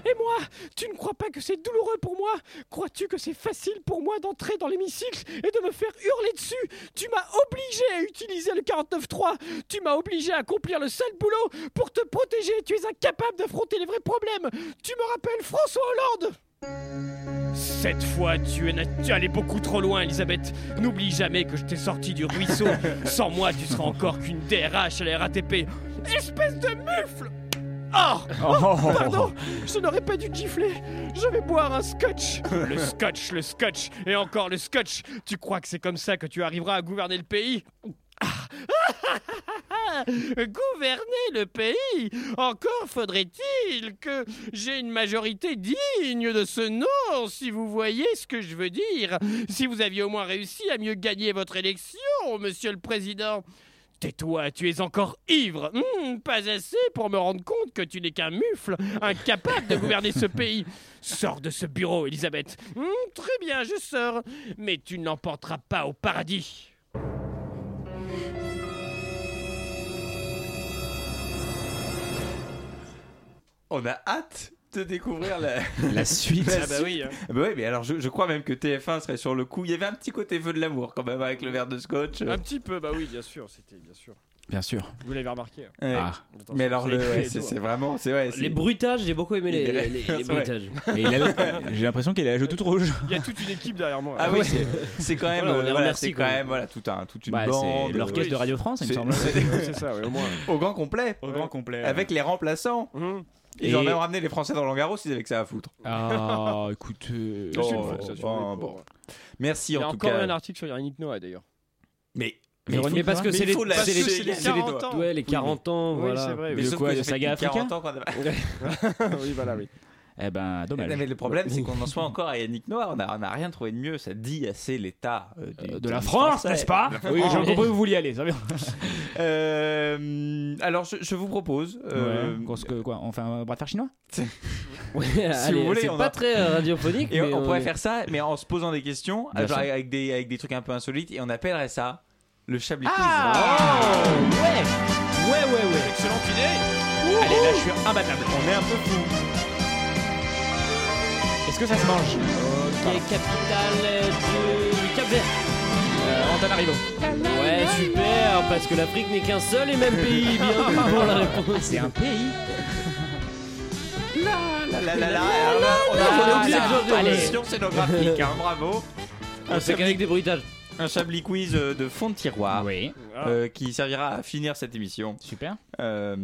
Et moi, tu ne crois pas que c'est douloureux pour moi Crois-tu que c'est facile pour moi d'entrer dans l'hémicycle et de me faire hurler dessus Tu m'as obligé à utiliser le 49.3 Tu m'as obligé à accomplir le sale boulot Pour te protéger, tu es incapable d'affronter les vrais problèmes Tu me rappelles François Hollande cette fois, tu es tu es allé beaucoup trop loin, Elisabeth. N'oublie jamais que je t'ai sorti du ruisseau. Sans moi, tu seras encore qu'une DRH à la RATP. Espèce de mufle Oh, Oh, Pardon, je n'aurais pas dû te gifler. Je vais boire un scotch. Le scotch, le scotch, et encore le scotch. Tu crois que c'est comme ça que tu arriveras à gouverner le pays Gouverner le pays Encore faudrait-il que j'ai une majorité digne de ce nom, si vous voyez ce que je veux dire. Si vous aviez au moins réussi à mieux gagner votre élection, monsieur le président. Tais-toi, tu es encore ivre. Hmm, pas assez pour me rendre compte que tu n'es qu'un mufle, incapable de gouverner ce pays. Sors de ce bureau, Elisabeth. Hmm, très bien, je sors. Mais tu ne l'emporteras pas au paradis.
On a hâte de découvrir la,
La suite.
La
Ah bah oui, hein.
Ah bah oui, mais alors je, je crois même que TF1 serait
Ah,
sur le coup. Il y avait un petit côté feu de l'amour quand même avec le verre de scotch.
Un petit peu, bah oui, bien sûr, c'était bien sûr.
Bien sûr.
Vous l'avez remarqué. hein.
Ouais.
Ah.
Mais alors,
c'est
le-
écrit
ouais,
et
c'est
tout.
c'est vraiment. c'est ouais,
Les
c'est-
bruitages, j'ai beaucoup aimé les, les- les- les
Ouais.
bruitages.
Et il a- J'ai l'impression qu'il a la joue toute rouge.
Il y a toute une équipe derrière moi.
Ah oui, c'est- c'est quand même,
Voilà, on
euh,
les
voilà,
remercie,
c'est
quoi.
quand même voilà, tout un, toute une
Bah, c'est
bande.
l'orchestre de Radio France, il me
C'est-
semble.
c'est-
C'est ça, ouais, au moins. Hum,
Au grand complet. Au grand
complet.
Avec les remplaçants. Ils
Et-
ont même ramené les Français dans Langaros, ils avaient que ça à foutre.
Ah, écoute. euh,
Ça, c'est une
oh,
faute, ça, c'est
bah,
une faute.
bon.
Il y
Merci
a
en tout
encore
cas.
un article sur Yannick Noah d'ailleurs.
Mais.
Mais
il faut-
parce que
mais
c'est
il
les,
faut la-
c'est les-
c'est les
c'est les-
40 ans.
ouais, les 40 ans,
Oui,
voilà.
c'est vrai,
Mais oui. sauf que ça fait depuis 40
ans
oui, voilà, oui.
Eh ben, dommage.
Mais le problème, c'est qu'on en soit encore à Yannick Noir. On n'a on a rien trouvé de mieux. Ça dit assez l'état euh, du-
de la
du
France,
français.
n'est-ce pas
De la
Oui,
France.
j'ai compris où vous vouliez aller, ça va bien.
Euh, alors, je, je vous propose. euh,
Ouais, qu'on se- que- quoi, on fait un bras de fer chinois
si vous voulez,
c'est
on
pas
a-
très euh, radiophonique.
Et
mais
on, pourrait
est-
faire ça, mais en se posant des questions,
Bien
genre
sûr.
avec des, avec des trucs un peu insolites, et on appellerait ça le Chablis
Ah
Quiz.
Ouais, ouais, ouais.
Excellente idée. Allez, là, je suis imbattable.
On est un peu fou.
Est-ce que ça se mange
Qui est capitale euh, du Cap Vert.
euh, Antananarivo.
Ouais, super, parce que l'Afrique n'est qu'un seul et même pays. Bien vu pour la réponse.
C'est un pays.
La la la la. alors là, on
la,
a on
la,
a-
la,
on a-
allez.
Attention, scénographique, hein, bravo. Un
C'est
Chablis,
qu'avec des bruitages.
un Chablis quiz euh, de fond de tiroir
Oui.
euh, qui servira à finir cette émission
Super.
euh,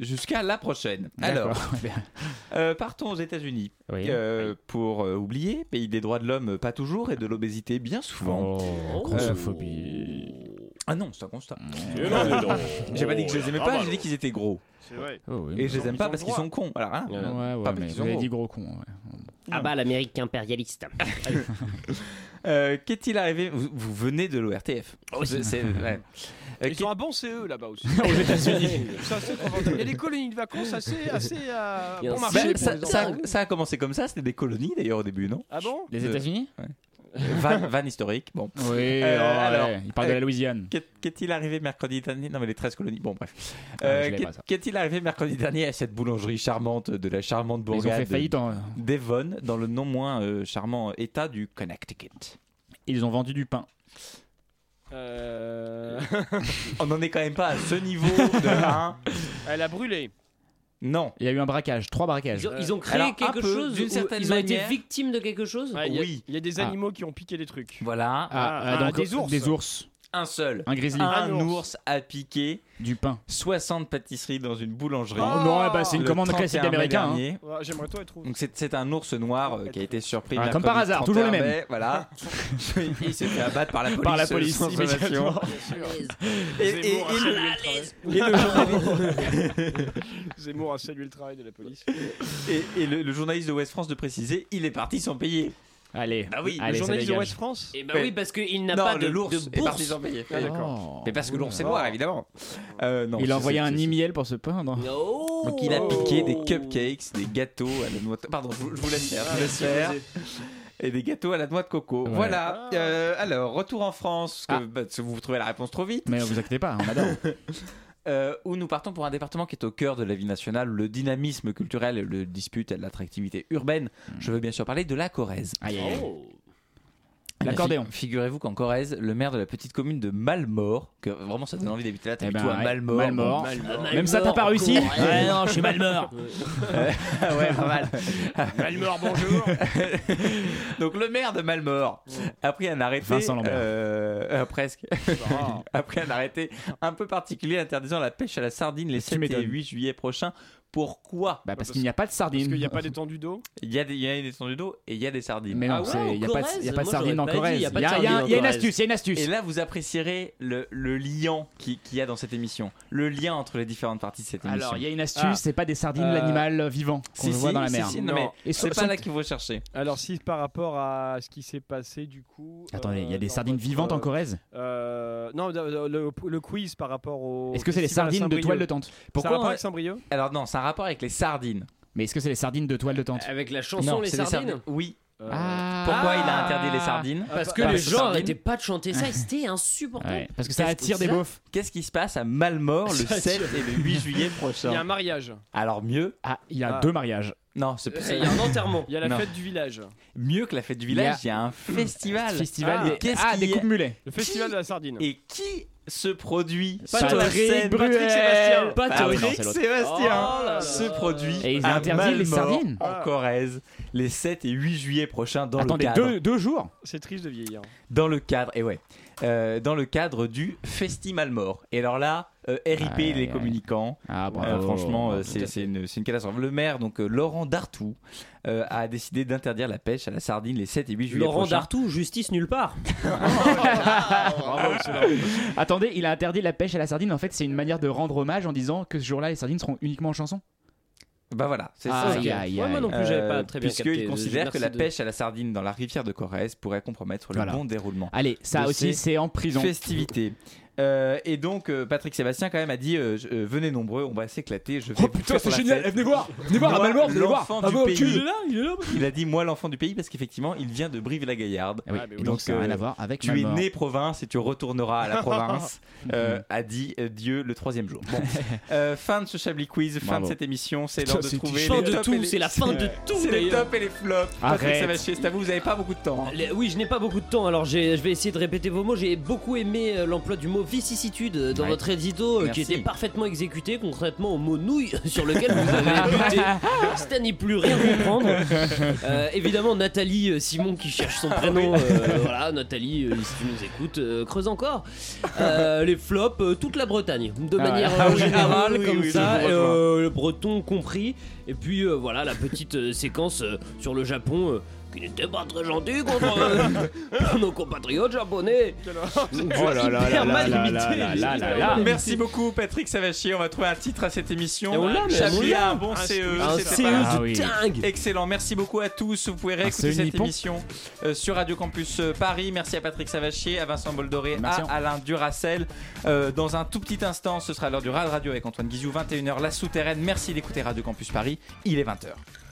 jusqu'à la prochaine. Alors,
D'accord. Eh bien,
euh, partons aux États-Unis
Oui.
euh, pour euh, oublier pays des droits de l'homme, euh, pas toujours, et de l'obésité, bien souvent.
Oh, grossophobie.
Ah non, c'est un constat.
non.
J'ai pas dit que je les aimais
Ah
pas,
bah
j'ai dit
non.
qu'ils étaient gros.
C'est vrai.
Oh, oui,
Et je les
ils
aime pas
ont
parce
le
qu'ils
droit.
sont cons. Alors, hein,
Ouais, ouais,
pas parce
mais
qu'ils
vous
sont
avez
gros.
dit gros con. ouais.
Ah bah, l'Amérique impérialiste.
Euh, Qu'est-il arrivé vous, vous venez de l'ORTF. C'est- c'est- ouais. Euh,
Ils
qu'est-
ont un bon CE là-bas aussi.
Aux États-Unis.
Ça, c'est confortable. Il y a des colonies de vacances assez, assez euh,
Il y a
bon
un
Bah,
marché. pour
ça,
les enfants.
Ah
ça- ça a commencé comme ça, c'était des colonies d'ailleurs au début, non
Ah bon
Les
Euh,
États-Unis
Van, van historique, bon.
Oui.
Euh,
oh,
alors,
ouais. Il parle de
euh,
la Louisiane.
Qu'est- Qu'est-il arrivé mercredi dernier Non, mais les 13 colonies, bon, bref.
Ah,
Euh,
je l'ai
qu'est-
pas, ça.
Qu'est-il arrivé mercredi dernier à cette boulangerie charmante de la charmante
Ils ont fait
bourgade
faillite. En...
d'Evon, dans le non moins euh, charmant état du Connecticut
Ils ont vendu du pain.
Euh,
On n'en est quand même pas à ce niveau de 1.
Elle a brûlé.
Non.
Il y a eu un braquage, trois braquages.
Ils ont, ils ont créé
Alors, un
quelque
peu,
chose.
d'une
où
certaine
ils ont été
manière.
victimes de quelque chose.
Ouais, il y a-
Oui.
Il y a des
Ah.
animaux qui ont piqué des trucs.
Voilà.
euh,
Ah, ah, des ours.
Un seul.
un grizzly,
Un
ours.
ours a piqué
du pain.
60 pâtisseries dans une boulangerie.
Oh, non, eh ben, c'est une
Le
commande
31
classique hein.
mai
américaine.
dernier.
Ouais, Ah, J'aimerais toi être où
Donc c'est c'est un ours noir euh, qui a été surpris.
Ah, comme
mercredi
par hasard,
31
toujours le même.
mai, voilà. Il s'est fait abattre par la police.
Par la
euh,
police,
sans sommation.
immédiatement.
Et, et-
Zemmour a
et
salué
le,
le travail.
et le journaliste,
Zemmour a salué le travail de la police.
et- et le- le journaliste de West France de préciser, il est parti sans payer.
Allez,
Bah oui, le
allez, ça
Le journaliste de
dégage.
West France
Et bah
Ouais.
oui, parce qu'il n'a
Non,
pas
le
de,
l'ours
de
est parti sans
bourse.
payer.
Ah, d'accord.
Oh.
Mais parce que l'ours est
Oula.
noir, évidemment. Euh, non,
Il
c'est-
a envoyé
c'est-
un
c'est-
e-miel pour ce pain. non
No.
Donc il a
Oh.
piqué des cupcakes, des gâteaux à la noix. De... Pardon, je vous, je vous laisse faire. je vous laisse faire. Et des gâteaux à la noix de coco.
Ouais. Ah.
Voilà. Euh, alors, retour en France. Que, bah, si vous trouvez la réponse trop vite.
Mais vous inquiétez pas, on adore.
Euh, où nous partons pour un département qui est au cœur de la vie nationale, le dynamisme culturel, le dispute à l'attractivité urbaine. Je veux bien sûr parler de la Corrèze.
Hmm. Aïe, aïe, aïe.
Fi-
L'accordéon.
Figurez-vous qu'en Corrèze, le maire de la petite commune de Malmort, que vraiment ça donne envie d'habiter là,
Eh
t'habites
ben,
tout à
ouais,
Malmort.
Malmort.
Mal-
Même ça, t'as pas réussi Ouais, non, je suis mal mort.
ouais, pas mal.
Malmort, bonjour.
Donc le maire de Malmort a pris un arrêté,
Vincent Lambert.
euh, euh, presque,
Ah.
a pris un arrêté un peu particulier interdisant la pêche à la sardine les
Tu
7 et
m'étonnes.
8 juillet prochains. Pourquoi
Bah, parce qu'il n'y a pas de
Parce
sardines.
qu'il n'y a pas d'étendue d'eau.
Il y a des, il y a des étendues d'eau et il y a des sardines.
Mais non,
Ah ouais, en
il n'y a, pas de- il y a
Corrèze,
pas de
moi,
sardines en
j'aurais pas dit,
Corrèze.
il y a pas de
il
sardines en
il y a une
Corrèze.
astuce, il y a une astuce.
Et là, vous apprécierez le, le lien qui- qu'il y a dans cette émission, le lien entre les différentes parties de cette émission.
Alors, il y a une astuce,
Ah.
c'est pas des sardines,
Euh,
l'animal vivant qu'on
Si,
voit
si,
dans la
si,
mer.
si, non,
Non.
mais
Et
c'est
sont-
pas
sont-
là qu'il faut chercher.
Alors si par rapport à ce qui s'est passé du coup.
Attendez, il y a
euh,
des
dans
sardines
votre,
vivantes en
euh,
Corrèze
euh, Non, le, le- le quiz par rapport au.
Est-ce que c'est les
festival à
sardines de
Saint-Brieuc.
toile de tente
Ça a rapport
Pourquoi
avec Saint-Brieuc
Alors non, c'est un rapport avec les sardines.
Mais est-ce que c'est les sardines de toile de tente
Avec la chanson
Non,
Les
c'est des
Sardines.
Oui.
Euh,
Ah.
Pourquoi il a interdit les sardines
Parce que
Parce
les
que
gens
sardines.
arrêtaient pas de chanter ça et c'était insupportable.
Ouais, Parce que ça
Qu'est-ce que
attire des
c'est
beaufs.
Qu'est-ce qui se passe à Malmort le
Ça,
7 et le 8 juillet
Il y a un
prochain
mariage.
Alors mieux
Ah, il y a
Ah.
deux mariages.
Non, c'est pas
Euh, Il y a un enterrement.
Il y a la
Non.
fête du village.
mieux que la fête du village. Il y a, un festival.
Festival
Ah.
des-
Qu'est-ce
Ah,
qui
des
est-
coupes mulets.
Le festival de la sardine.
Et qui se produit
Pas
sur la
Patrick
scène
Bruel.
Patrick Sébastien.
Pas
Patrick
Tony. Non, c'est l'autre.
Sébastien
Oh là là.
se produit
Et ils
à
interdisent les
Malmort,
sardines.
en Corrèze les 7 et 8 juillet prochains dans
Attendez,
le cadre
deux, deux jours
C'est triste de vieillir.
dans le cadre et ouais euh, dans le cadre du Festival Mort. Et alors là euh, RIP
Aïe,
les
aïe.
communicants.
Ah, bravo.
Euh, franchement euh,
Tout à
c'est
fait.
c'est une, c'est une catastrophe. Le maire donc euh, Laurent Dartout euh, a décidé d'interdire la pêche à la sardine les 7 et 8 juillet
Laurent
prochains.
Dartout, justice nulle part.
Oh, Attendez, il a interdit la pêche à la sardine. En fait, c'est une manière de rendre hommage en disant que ce jour-là, les sardines seront uniquement en chanson.
Bah voilà, c'est
Ah,
ça. Euh,
ok. Ouais, moi non plus, j'avais pas
Euh,
très bien capté.
Puisqu'il considère
Merci
que la
de-
pêche à la sardine dans la rivière de Corrèze pourrait compromettre le
Voilà.
bon déroulement.
Allez, ça
de
aussi,
ces
c'est en prison.
Festivités. Euh, et donc euh, Patrick Sébastien quand même a dit euh, je- euh, venez nombreux, on va s'éclater.
Oh,
Je vais vous
putain,
faire
c'est
la
génial.
fête.
Eh, venez voir. Venez voir, à
Moi,
Malmort, vous allez voir.
l'enfant
Ah
du
bah, ok,
pays.
il est là, il est là.
Il a dit moi l'enfant du pays parce qu'effectivement il vient de Brive-la-Gaillarde.
oui. Ah, mais oui. Et donc, ça a rien à voir avec
euh, tu
Ah
Malmort.
es né province et tu retourneras à la province.
Mhm.
euh, a dit euh, Dieu le troisième jour. Bon. Euh, fin de ce Chablis Quiz, fin
Bravo.
de cette émission. C'est
Putain,
l'heure de
c'est
trouver
fin
les
de
tops
tout,
et les-
c'est la fin de tout,
C'est les
d'ailleurs.
tops et les flops. Patrick
Arrête.
Savachier, c'est à vous, vous avez pas beaucoup de temps. hein.
Le- Oui, je n'ai pas beaucoup de temps, alors j'ai- je vais essayer de répéter vos mots. J'ai beaucoup aimé euh, l'emploi du mot vicissitude euh, dans
Ouais.
votre édito, euh, qui
Merci.
était parfaitement exécuté, contrairement au mot nouille sur lequel vous avez buté. Stan n'y plus rien comprendre. Euh, évidemment, Nathalie euh, Simon qui cherche son prénom.
Ah
euh, voilà, Nathalie, euh, si tu nous écoutes, euh, creuse encore. Euh, les flops, euh, toute la Bretagne, de
Ah
manière
ouais. Ah
euh,
oui,
générale,
oui, oui,
comme
oui,
ça.
je vous
et,
rejoins.
euh, le breton compris. Et puis euh, voilà la petite euh, séquence euh, sur le Japon euh, qui n'était pas très gentille contre euh, nos compatriotes japonais.
Oh là là là
Hyper
là
mal
là
imité,
là là là
hyper
là
mal
là.
imité.
Merci beaucoup Patrick Savachier, on va trouver un titre à cette émission.
Ah, Et on l'a, mais
Chablis
on l'a.
a un bon
Un-
CE,
un E
c'était
CE
pas
de
Ah
mal.
dingue.
Excellent, merci beaucoup à tous. Vous pouvez réécouter
CE
cette
nippon.
émission euh, sur Radio Campus euh, Paris. Merci à Patrick Savachier, à Vincent Boldoré,
Merci.
à Alain Duracel. Euh, dans un tout petit instant, ce sera l'heure du Rad Radio avec Antoine Guizou, 21h La Souterraine. Merci d'écouter Radio Campus Paris, il est 20h.